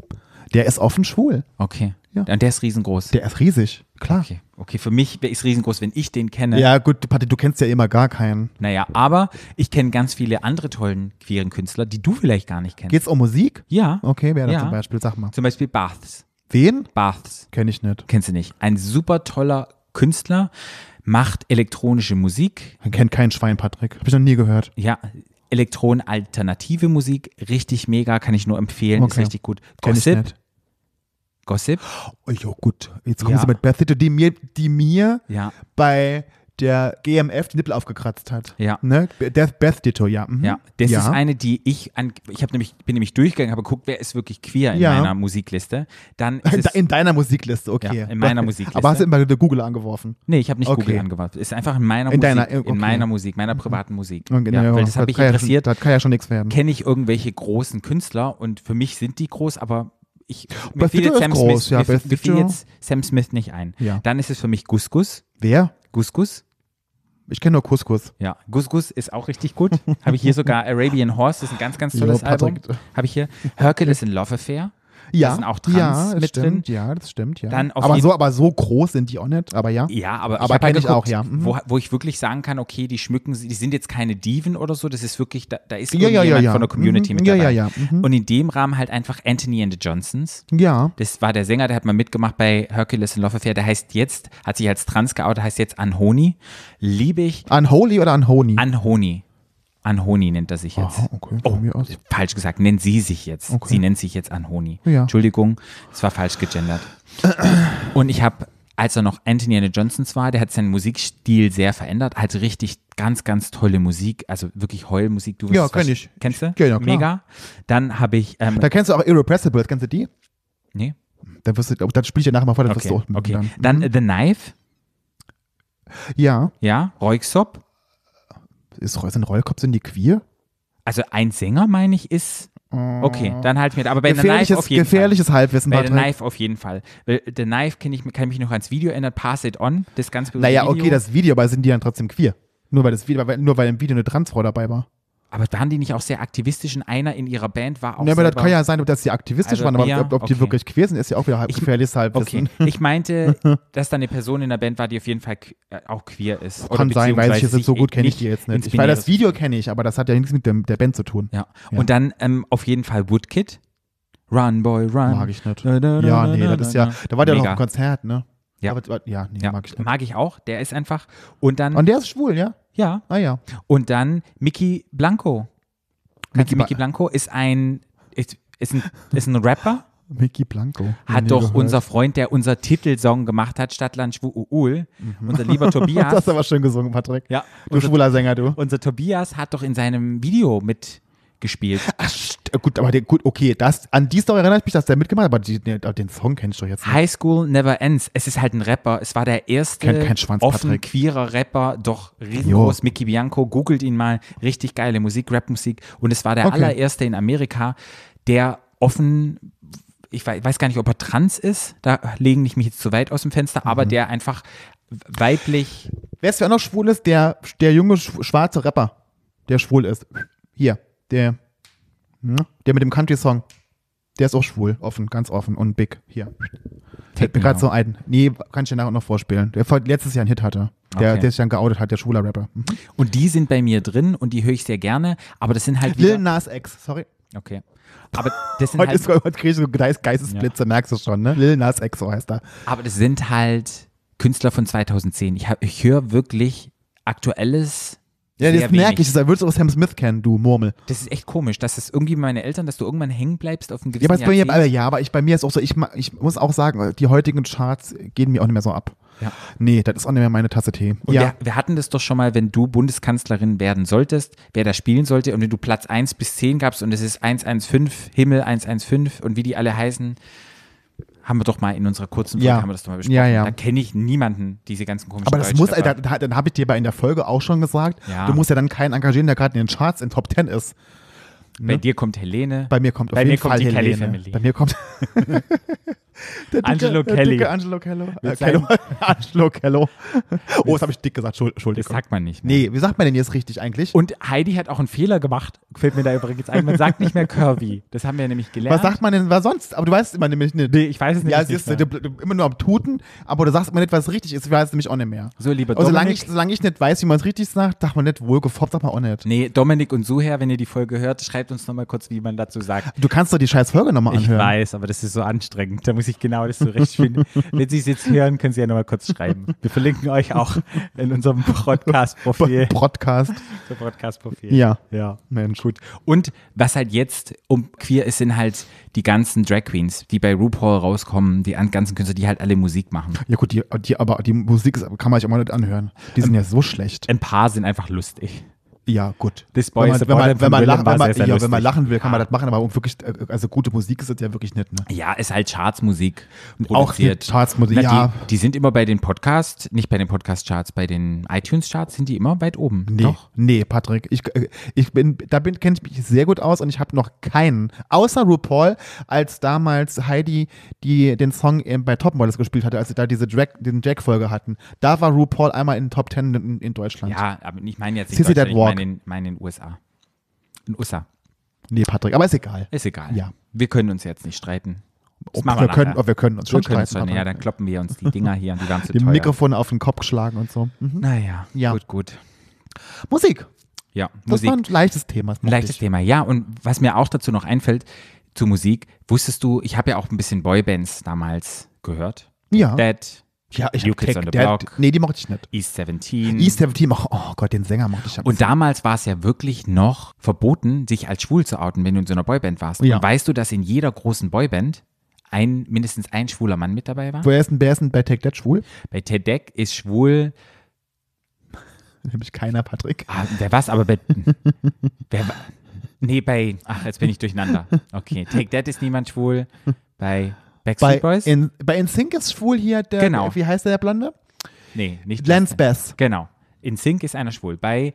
S2: Der ist offen schwul.
S1: okay.
S2: Ja.
S1: Und der ist riesengroß.
S2: Der ist riesig. Klar.
S1: okay. okay, für mich wär- ist riesengroß, wenn ich den kenne.
S2: Ja, gut, Patti, du kennst ja immer gar keinen.
S1: Naja, aber ich kenne ganz viele andere tollen queeren Künstler, die du vielleicht gar nicht kennst.
S2: Geht's um Musik?
S1: ja.
S2: Okay, wer
S1: ja.
S2: da zum Beispiel? Sag mal.
S1: Zum Beispiel Baths.
S2: Wen?
S1: Baths.
S2: Kenn ich nicht.
S1: Kennst du nicht. Ein super toller Künstler, macht elektronische Musik,
S2: Kennt kein Schwein, Patrick. Hab ich noch nie gehört.
S1: Ja, Elektron-alternative Musik, richtig mega, kann ich nur empfehlen, ist
S2: Okay.
S1: richtig gut.
S2: Kenn ich
S1: Gossip,
S2: nicht.
S1: Gossip,
S2: Oh, jo, gut. Jetzt kommen
S1: Ja.
S2: sie mit Beth Ditto, die mir, die mir
S1: ja.
S2: bei der GMF die Nippel aufgekratzt hat.
S1: Ja.
S2: Ne? Beth, Beth Ditto, ja. mhm.
S1: Ja, das ist eine, die ich an, ich habe nämlich bin nämlich durchgegangen, habe geguckt, wer ist wirklich queer in
S2: Ja.
S1: meiner Musikliste. Dann
S2: In
S1: ist
S2: de-
S1: es,
S2: In deiner Musikliste, okay.
S1: Ja, in meiner
S2: Das-
S1: Musikliste.
S2: Aber hast du immer Google angeworfen?
S1: nee, ich habe nicht
S2: Okay.
S1: Google angewandt. Ist einfach in meiner Musik,
S2: In deiner- okay.
S1: in meiner Musik, meiner privaten Musik.
S2: Und genau,
S1: ja, weil das hat mich
S2: kann ja
S1: interessiert.
S2: Schon, das kann ja schon nichts werden.
S1: Kenne ich irgendwelche großen Künstler und für mich sind die groß, aber ich mir
S2: Beth
S1: fiel
S2: Ditto
S1: jetzt
S2: ist
S1: Sam
S2: groß,
S1: Smith,
S2: ja,
S1: mir fiel-
S2: Beth
S1: mir fiel
S2: Ditto.
S1: jetzt Sam Smith nicht ein.
S2: Ja.
S1: Dann ist es für mich Gus Gus.
S2: Wer?
S1: Gus Gus.
S2: Ich kenne nur Couscous.
S1: Ja, Gus Gus ist auch richtig gut. Habe ich hier sogar Arabian Horse, das ist ein ganz, ganz tolles
S2: Jo, Patrick.
S1: Album. Habe ich hier. Hercules is in Love Affair. Da sind auch Trans
S2: ja, das
S1: mit
S2: stimmt,
S1: drin.
S2: Ja, das stimmt, ja.
S1: Dann auf
S2: aber,
S1: jeden-
S2: so, aber so groß sind die auch nicht, aber ja.
S1: Ja, aber,
S2: Aber
S1: hab halt
S2: kenn ich
S1: geguckt,
S2: auch, ja. Mhm.
S1: Wo, wo ich wirklich sagen kann, okay, die schmücken, sie- die sind jetzt keine Diven oder so, das ist wirklich, da, da ist
S2: Ja, ja,
S1: irgendjemand
S2: ja, ja.
S1: von der Community
S2: Mhm.
S1: mit
S2: Ja,
S1: dabei.
S2: ja, ja. Mhm.
S1: Und in dem Rahmen halt einfach Anthony and the Johnsons.
S2: Ja.
S1: Das war der Sänger, der hat mal mitgemacht bei Hercules in Love Affair. Der heißt jetzt, hat sich als trans geoutet, heißt jetzt Anhoni. Liebe ich
S2: Unholy oder Unhony?
S1: Anhoni. Anhoni nennt er sich jetzt.
S2: Aha, okay,
S1: Oh,
S2: von mir aus.
S1: falsch gesagt, nennt sie sich jetzt.
S2: Okay.
S1: Sie nennt sich jetzt Anhoni.
S2: Ja.
S1: Entschuldigung, es war falsch gegendert. Und ich habe, als er noch Anthony and the Johnsons war, der hat seinen Musikstil sehr verändert, hat richtig ganz, ganz tolle Musik, also wirklich Heulmusik. Du wirst
S2: Ja,
S1: es
S2: kenn
S1: wahrsch-
S2: ich.
S1: Kennst du?
S2: Ja, ja, klar.
S1: Mega. Dann habe ich, ähm,
S2: Da kennst du auch Irrepressible, kennst du die?
S1: nee,
S2: Dann wirst du, glaub, das spiele ich dir nachher mal vor, dann wirst
S1: okay,
S2: du auch Mhm.
S1: okay.
S2: dann- hm.
S1: Dann äh, The Knife,
S2: Ja,
S1: ja, Roixop.
S2: ist, sind Rollkopf, sind die queer?
S1: Also ein Sänger, meine ich, ist, okay, dann halt mit, aber bei The Knife
S2: Oh. Gefährliches,
S1: auf jeden Fall.
S2: gefährliches Halbwissen,
S1: Bei Äh, The
S2: Patrick.
S1: Knife auf jeden Fall. Weil The Knife kenn ich, kann ich mich noch ans Video erinnern. Pass It On, das ganz berühmte
S2: Naja,
S1: Video.
S2: okay, das Video, aber sind die dann trotzdem queer? Nur weil, das Video, weil, nur weil im Video eine Transfrau dabei war.
S1: Aber waren die nicht auch sehr aktivistisch? Und einer in ihrer Band war auch
S2: Ja, aber das
S1: selber-
S2: kann ja sein, dass die aktivistisch
S1: Also
S2: waren, aber
S1: Bea,
S2: ob, ob
S1: okay.
S2: die wirklich queer sind, ist ja auch wieder halb
S1: Ich-
S2: gefährliches Halbwissen.
S1: Okay, ich meinte, dass da eine Person in der Band war, die auf jeden Fall qu- äh, auch queer ist. Oder
S2: Kann sein, weiß ich
S1: beziehungsweise
S2: jetzt nicht so
S1: sich
S2: gut, kenne ich die jetzt
S1: ins
S2: nicht. Ich, weil das
S1: Binäre-
S2: Video kenne ich, aber das hat ja nichts mit dem, der Band zu tun.
S1: Ja. und dann ähm, auf jeden Fall Woodkid. Run, Boy, Run.
S2: Mag ich nicht.
S1: Da, da, da,
S2: Ja,
S1: da,
S2: nee,
S1: da,
S2: das ist
S1: da,
S2: ja,
S1: da.
S2: da war der noch
S1: Mega.
S2: im Konzert, ne?
S1: Ja.
S2: Aber, aber- ja, nee,
S1: Ja,
S2: mag ich nicht.
S1: auch. Der ist einfach. Und dann,
S2: Und der ist schwul, ja?
S1: ja,
S2: Ah ja.
S1: Und dann Mickey Blanco. Mickey,
S2: Mickey Ba-
S1: Mickey Blanco ist ein, ist, ist ein, ist ein Rapper,
S2: Mickey Blanco. Noch nie
S1: hat doch
S2: gehört.
S1: unser Freund, der unser Titelsong gemacht hat, Stadtland Schwuuul, unser lieber
S2: Mhm. Das hast
S1: Tobias.
S2: du aber schön gesungen, Patrick.
S1: ja,
S2: Du
S1: unser,
S2: schwuler Sänger, du.
S1: unser Tobias hat doch in seinem Video mitgespielt.
S2: Ach, st- gut, aber der, gut, okay, das, an die Story erinnere ich mich, dass der mitgemacht hat, aber die, nee, den Song kennst du jetzt nicht.
S1: High School Never Ends. Es ist halt ein Rapper. Es war der erste
S2: Kennt kein Schwanz,
S1: offen
S2: Patrick.
S1: queerer Rapper, doch riesengroß. Mickey Bianco, googelt ihn mal. Richtig geile Musik, Rapmusik. Und es war der
S2: Okay.
S1: allererste in Amerika, der offen, ich wei- weiß gar nicht, ob er trans ist. Da legen ich mich jetzt zu weit aus dem Fenster,
S2: Mhm.
S1: aber der einfach weiblich.
S2: Wer ist wer auch noch schwul ist? Der, der junge schw- schwarze Rapper, der schwul ist. Hier, der, hm, der mit dem Country-Song. Der ist auch schwul, offen, ganz offen und big. Hier. Fällt mir gerade so ein. Nee, kann ich dir nachher noch vorspielen. Der vor- letztes Jahr einen Hit hatte. Der,
S1: Okay.
S2: der sich dann geoutet hat, der schwuler Rapper. Mhm.
S1: Genau. Und die sind bei mir drin und die höre ich sehr gerne, aber das sind halt
S2: Lil
S1: wieder.
S2: Nas X, sorry.
S1: Okay. Aber das sind
S2: Heute,
S1: halt
S2: ist, heute kriege ich so Geist- Geistesblitze, merkst du schon, ne? Lil Nas X, so heißt er.
S1: Aber das sind halt Künstler von 2010. Ich, hab- ich höre wirklich aktuelles.
S2: Ja,
S1: sehr
S2: das merke
S1: wenig.
S2: ich. Da würdest du auch Sam Smith kennen, du Murmel.
S1: Das ist echt komisch, dass es irgendwie meine Eltern, dass du irgendwann hängen bleibst auf einem
S2: Ja,
S1: gewissen
S2: aber, es ist bei mir, aber,
S1: Jahrzehnt.
S2: ja, aber ich, bei mir ist auch so, ich, ma- ich muss auch sagen, die heutigen Charts gehen mir auch nicht mehr so ab.
S1: Ja.
S2: Nee, das ist auch nicht mehr meine Tasse Tee.
S1: Und
S2: ja,
S1: wir, wir hatten das doch schon mal, wenn du Bundeskanzlerin werden solltest, wer da spielen sollte und wenn du Platz 1 bis 10 gabst und es ist 115, Himmel 115 und wie die alle heißen, haben wir doch mal in unserer kurzen Folge
S2: Ja.
S1: haben wir das doch mal besprochen.
S2: Ja, ja.
S1: Da kenne ich niemanden, diese ganzen komischen
S2: aber das
S1: deutschen
S2: muss,
S1: Rapper.
S2: Alter, da, dann habe ich dir bei in der Folge auch schon gesagt,
S1: Ja.
S2: du musst ja dann keinen engagieren, der gerade in den Charts in Top Ten ist.
S1: Bei dir kommt Helene.
S2: ne? Bei mir kommt auf
S1: Bei mir
S2: jeden
S1: kommt
S2: Fall
S1: die Kelly
S2: Helene.
S1: Family.
S2: Bei mir kommt der dicke,
S1: Angelo
S2: der
S1: Kelly.
S2: Dicke Angelo Kello. Äh,
S1: Mit seinem-
S2: Kello. Angelo Kello. Oh, das habe ich dick gesagt. Schuld,
S1: das
S2: Entschuldigung.
S1: sagt man nicht. ne? mehr.
S2: nee, wie sagt man denn jetzt richtig eigentlich?
S1: Und Heidi hat auch einen Fehler gemacht, fällt mir da übrigens ein. Man sagt nicht mehr Kirby. Das haben wir nämlich gelernt.
S2: Was sagt man denn was sonst? Aber du weißt immer nämlich nicht.
S1: Nee, ich weiß es nämlich
S2: Ja,
S1: nicht
S2: siehst du, du, du, immer nur am Tuten, aber du sagst immer nicht, was richtig ist. Ich weiß es nämlich auch nicht mehr.
S1: So, lieber
S2: Aber Oh, solange ich,
S1: Dominik.
S2: solange ich nicht weiß, wie man es richtig sagt, sagt man nicht wohl gefoppt, sagt man auch nicht.
S1: Nee, Dominik und Suher, wenn ihr die Folge hört, schreibt uns nochmal kurz, wie man dazu sagt.
S2: Du kannst doch die scheiß Folge nochmal
S1: Ich
S2: anhören.
S1: weiß, aber das ist so anstrengend. Da muss ich witzig, genau, das ist so recht schön. Wenn Sie es jetzt hören, können Sie ja nochmal kurz schreiben. Wir verlinken euch auch in unserem Podcast-Profil.
S2: Podcast.
S1: Unser Podcast-Profil.
S2: Ja.
S1: Ja.
S2: Mensch. Gut.
S1: Und was halt jetzt um queer ist, sind halt die ganzen Drag Queens, die bei RuPaul rauskommen, die an- ganzen Künstler, die halt alle Musik machen.
S2: Ja gut, die, die, aber die Musik ist- kann man sich auch mal nicht anhören. Die
S1: Ähm,
S2: sind ja so schlecht.
S1: Ein paar sind einfach lustig.
S2: Ja, gut.
S1: This Boy is
S2: Wenn man,
S1: the
S2: wenn
S1: Boy
S2: man,
S1: von
S2: wenn man,
S1: Willem
S2: lachen,
S1: war
S2: wenn, man,
S1: sehr, sehr
S2: ja, wenn man
S1: lustig. Ah.
S2: lachen will, kann man das machen, aber um wirklich, äh, also gute Musik ist das ja wirklich nicht, ne?
S1: Ja, ist halt Chartsmusik
S2: auch
S1: produziert.
S2: die Chartsmusik,
S1: Na,
S2: ja.
S1: Die, die sind immer bei den Podcasts, nicht bei den Podcast-Charts, bei den iTunes-Charts sind die immer weit oben.
S2: Nee,
S1: Doch.
S2: nee, Patrick. Ich, äh, ich bin, da bin, kenne ich mich sehr gut aus und ich habe noch keinen, außer RuPaul, als damals Heidi die den Song eben bei Topmodels gespielt hatte, als sie da diese Drag, den Drag-Folge hatten. Da war RuPaul einmal in den Top Ten in, in Deutschland.
S1: Ja, aber ich meine jetzt
S2: Sissy
S1: Deutschland,
S2: That
S1: ich meine
S2: Walk.
S1: in, meine in USA. In USA.
S2: Nee, Patrick, aber ist egal.
S1: Ist egal.
S2: Ja.
S1: Wir können uns jetzt nicht streiten. Das
S2: Ob
S1: machen
S2: wir
S1: nachher.
S2: können, ob wir können uns
S1: Wir
S2: schon
S1: können uns
S2: streiten.
S1: streiten.
S2: aber
S1: Ja, dann kloppen wir uns die Dinger hier an die waren zu
S2: die
S1: teuer.
S2: Mikrofone auf den Kopf geschlagen und so. Mhm.
S1: Naja,
S2: Ja.
S1: gut, gut.
S2: Musik.
S1: Ja,
S2: Das
S1: Musik.
S2: war ein leichtes Thema. das
S1: Ein
S2: mochte
S1: leichtes
S2: ich.
S1: Thema. Ja, und was mir auch dazu noch einfällt, zu Musik, wusstest du, ich habe ja auch ein bisschen Boybands damals gehört.
S2: Ja.
S1: Dead,
S2: Ja, ich
S1: New
S2: hab
S1: Kids
S2: Tech,
S1: on the
S2: der,
S1: Block,
S2: Nee, die mochte ich nicht.
S1: East 17.
S2: E-17, oh, oh Gott, den Sänger mochte ich am
S1: und damals war es ja wirklich noch verboten, sich als schwul zu outen, wenn du in so einer Boyband warst.
S2: Ja.
S1: Und weißt du, dass in jeder großen Boyband ein, mindestens ein schwuler Mann mit dabei war?
S2: Wer ist denn, wer ist denn bei Take That schwul?
S1: Bei Ted Deck ist schwul
S2: Nämlich keiner, Patrick.
S1: Ah, wer was? Aber bei. wer wa- Nee, bei. Ach, jetzt bin ich durcheinander. Okay, Take That ist niemand schwul. Bei
S2: Bei,
S1: Backstreet Boys?
S2: in, bei InSync ist schwul hier der,
S1: Genau.
S2: wie heißt der, der Blonde?
S1: nee, nicht.
S2: Lance
S1: Justin.
S2: Bass.
S1: Genau. In Sync ist einer schwul. Bei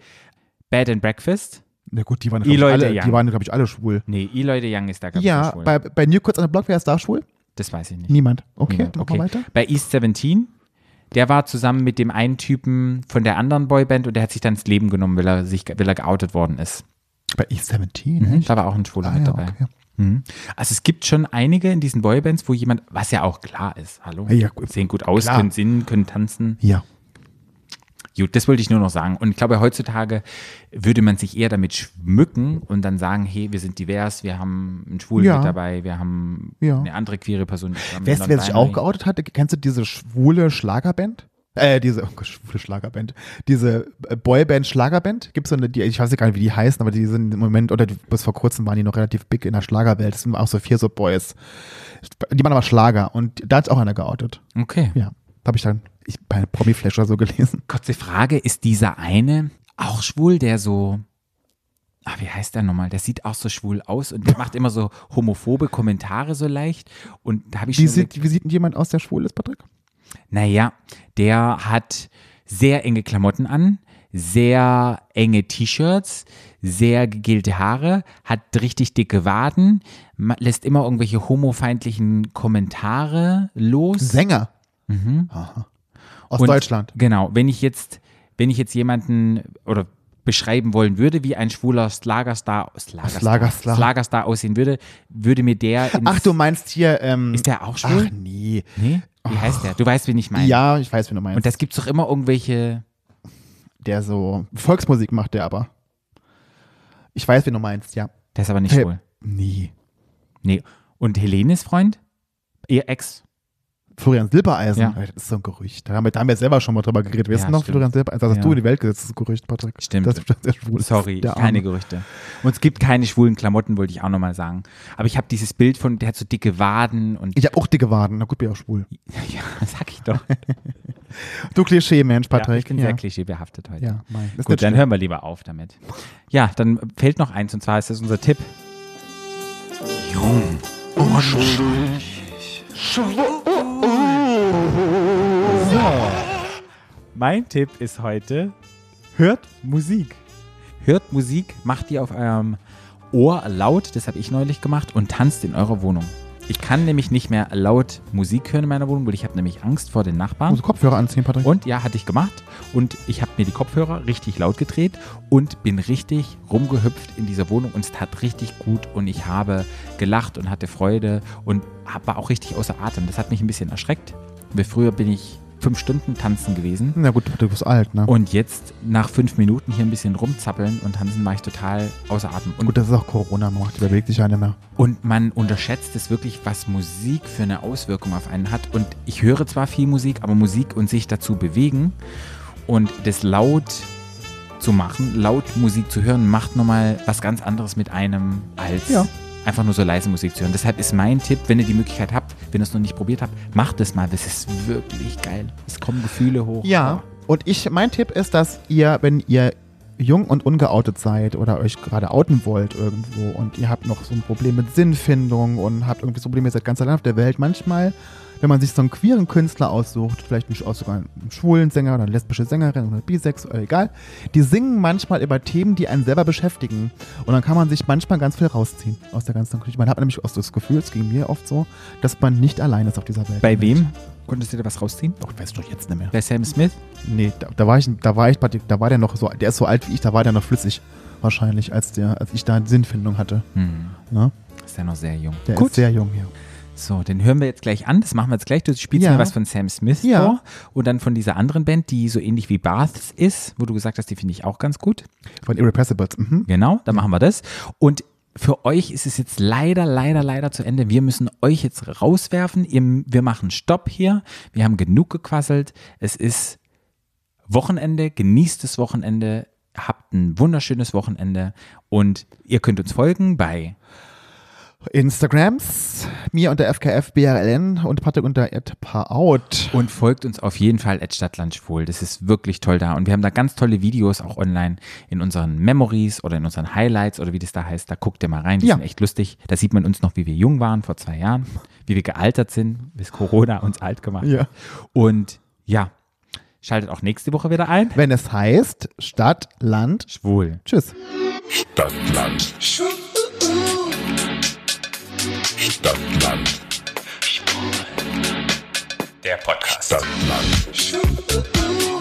S1: Bad and Breakfast?
S2: Na gut, die waren,
S1: Die
S2: glaube ich,
S1: Leute,
S2: alle,
S1: ja.
S2: die waren, glaub ich, alle schwul.
S1: Nee, Eloy de Young ist da ganz
S2: Ja,
S1: schwul.
S2: bei, bei New Kids on the Block, wer ist da schwul?
S1: das weiß ich nicht.
S2: Niemand. Okay,
S1: Niemand.
S2: dann machen wir weiter.
S1: Mhm, Bei East 17, der war zusammen mit dem einen Typen von der anderen Boyband und der hat sich dann ins Leben genommen, weil er, sich, weil er geoutet worden ist.
S2: Bei E17.
S1: Mhm, da war auch ein Schwuler
S2: Ah,
S1: mit
S2: ja,
S1: dabei.
S2: okay.
S1: Mhm. Also es gibt schon einige in diesen Boybands, wo jemand, was ja auch klar ist, hallo,
S2: Ja, gut.
S1: sehen gut aus,
S2: Klar.
S1: können singen, können tanzen.
S2: Ja.
S1: Gut, das wollte ich nur noch sagen. Und ich glaube, heutzutage würde man sich eher damit schmücken und dann sagen, hey, wir sind divers, wir haben einen Schwulen
S2: Ja.
S1: mit dabei, wir haben
S2: Ja.
S1: eine andere queere Person. die haben
S2: Weißt du, wer sich auch
S1: non-binary.
S2: geoutet hat? Kennst du diese schwule Schlagerband? Äh, diese oh Gott, schwule Schlagerband. Diese äh, Boyband Schlagerband. Gibt es so eine, die, ich weiß nicht gar nicht, wie die heißen, aber die sind im Moment, oder die, bis vor kurzem waren die noch relativ big in der Schlagerwelt. Das sind auch so vier so Boys. Die machen aber Schlager und da hat auch einer geoutet.
S1: Okay.
S2: Ja. Da habe ich dann ich, bei Promi-Flash oder so gelesen.
S1: Kurze Frage, ist dieser eine auch schwul, der so, ach, wie heißt der nochmal? Der sieht auch so schwul aus und der macht immer so homophobe Kommentare so leicht. Und da habe ich
S2: Wie
S1: schon überlegt,
S2: sieht, wie sieht denn jemand aus, der schwul ist, Patrick?
S1: naja, der hat sehr enge Klamotten an, sehr enge T-Shirts, sehr gegelte Haare, hat richtig dicke Waden, ma- lässt immer irgendwelche homofeindlichen Kommentare los.
S2: Sänger. Aha. Aus
S1: Mhm. Und-
S2: Deutschland.
S1: Genau, wenn ich jetzt, wenn ich jetzt jemanden oder beschreiben wollen würde, wie ein schwuler Schlagerstar, Schlagerstar,
S2: Schlagerstar.
S1: Schlagerstar aussehen würde, würde mir der ins,
S2: Ach, du meinst hier. Ähm,
S1: ist der auch schwul?
S2: Ach nee.
S1: nee? Wie heißt der? Du weißt, wen ich meine.
S2: Oh. Ja, ich weiß, wie du meinst.
S1: Und das gibt's doch immer irgendwelche
S2: der so Volksmusik macht, der aber. Ich weiß, wen du meinst, ja.
S1: Der ist aber nicht
S2: Hey.
S1: schwul.
S2: Nee.
S1: Nee. Und Helenes Freund? Ihr Ex?
S2: Florian Silbereisen,
S1: Ja.
S2: das ist so ein Gerücht. Da haben wir, da haben wir selber schon mal drüber geredet. Wir
S1: Ja,
S2: wissen noch,
S1: stimmt.
S2: Florian Silbereisen, das hast
S1: Ja.
S2: du in die Welt gesetzt, das Gerücht, Patrick.
S1: Stimmt.
S2: Das, das ist schwul.
S1: Sorry,
S2: der
S1: keine
S2: Arme.
S1: Gerüchte. Und es gibt keine schwulen Klamotten, wollte ich auch nochmal sagen. Aber ich habe dieses Bild von, der hat so dicke Waden und.
S2: Ich hab auch dicke Waden, na gut, bin ich auch schwul.
S1: Ja, sag ich doch.
S2: Du Klischee-Mensch,
S1: Ja, ich
S2: Patrick.
S1: bin
S2: ja.
S1: sehr klischeebehaftet heute.
S2: Ja, mein. Ist
S1: Gut,
S2: nicht
S1: dann
S2: schlimm.
S1: hören wir lieber auf damit. Ja, dann fehlt noch eins und zwar ist das unser Tipp. So. Mein Tipp ist heute, hört Musik. Hört Musik, macht die auf eurem Ohr laut, das habe ich neulich gemacht, und tanzt in eurer Wohnung. Ich kann nämlich nicht mehr laut Musik hören in meiner Wohnung, weil ich habe nämlich Angst vor den Nachbarn.
S2: Musst du Kopfhörer anziehen, Patrick.
S1: Und ja, hatte ich gemacht. Und ich habe mir die Kopfhörer richtig laut gedreht und bin richtig rumgehüpft in dieser Wohnung. Und es tat richtig gut. Und ich habe gelacht und hatte Freude und hab- war auch richtig außer Atem. Das hat mich ein bisschen erschreckt. Weil früher bin ich fünf Stunden tanzen gewesen.
S2: Na gut, du bist alt, ne?
S1: Und jetzt nach fünf Minuten hier ein bisschen rumzappeln und tanzen war ich total außer Atem. Und,
S2: gut, das ist auch Corona, man macht, überlegt sich einer mehr.
S1: und man unterschätzt es wirklich, was Musik für eine Auswirkung auf einen hat. Und ich höre zwar viel Musik, aber Musik und sich dazu bewegen und das laut zu machen, laut Musik zu hören, macht nochmal was ganz anderes mit einem als
S2: Ja.
S1: einfach nur so leise Musik zu hören. Deshalb ist mein Tipp, wenn ihr die Möglichkeit habt, wenn ihr es noch nicht probiert habt, macht es mal. Das ist wirklich geil. Es kommen Gefühle hoch.
S2: Ja, und ich, mein Tipp ist, dass ihr, wenn ihr jung und ungeoutet seid oder euch gerade outen wollt irgendwo und ihr habt noch so ein Problem mit Sinnfindung und habt irgendwie so Probleme, ihr seid ganz allein auf der Welt, manchmal, wenn man sich so einen queeren Künstler aussucht, vielleicht einen, auch sogar einen schwulen Sänger oder eine lesbische Sängerin oder bisexuell, egal, die singen manchmal über Themen, die einen selber beschäftigen. Und dann kann man sich manchmal ganz viel rausziehen aus der ganzen Geschichte. Man hat nämlich auch so das Gefühl, es ging mir oft so, dass man nicht allein ist auf dieser Welt.
S1: Bei wem konntest du da was rausziehen?
S2: Oh, weißt du jetzt nicht mehr.
S1: Bei Sam Smith?
S2: Nee, da, da war ich, da war ich, bei dem- da war der noch so, der ist so alt wie ich, da war der noch flüssig wahrscheinlich, als der, als ich da Sinnfindung hatte.
S1: Hm,
S2: Ne?
S1: ist ja noch sehr jung.
S2: Der ist sehr jung hier.
S1: so, den hören wir jetzt gleich an. Das machen wir jetzt gleich. Du spielst
S2: Ja.
S1: mir was von Sam Smith
S2: Ja.
S1: vor und dann von dieser anderen Band, die so ähnlich wie Baths ist, wo du gesagt hast, die finde ich auch ganz gut.
S2: Von Irrepressibles. Mhm.
S1: Genau, dann machen wir das. Und für euch ist es jetzt leider, leider, leider zu Ende. Wir müssen euch jetzt rauswerfen. Ihr, wir machen Stopp hier. Wir haben genug gequasselt. Es ist Wochenende. Genießt das Wochenende. Habt ein wunderschönes Wochenende. Und ihr könnt uns folgen bei
S2: Instagrams, mir unter FKFBRLN und Patrick unter @paout.
S1: Und folgt uns auf jeden Fall at Stadtlandschwul. Das ist wirklich toll da. Und wir haben da ganz tolle Videos auch online in unseren Memories oder in unseren Highlights oder wie das da heißt. Da guckt ihr mal rein. Die
S2: Ja.
S1: sind echt lustig. Da sieht man uns noch, wie wir jung waren vor zwei Jahren, wie wir gealtert sind, bis Corona uns alt gemacht hat.
S2: Ja.
S1: Und ja, schaltet auch nächste Woche wieder ein.
S2: Wenn es heißt Stadt, Land,
S1: Schwul.
S2: tschüss.
S3: Stadtland. Stadtland.
S4: Der Podcast.
S3: Stadtland.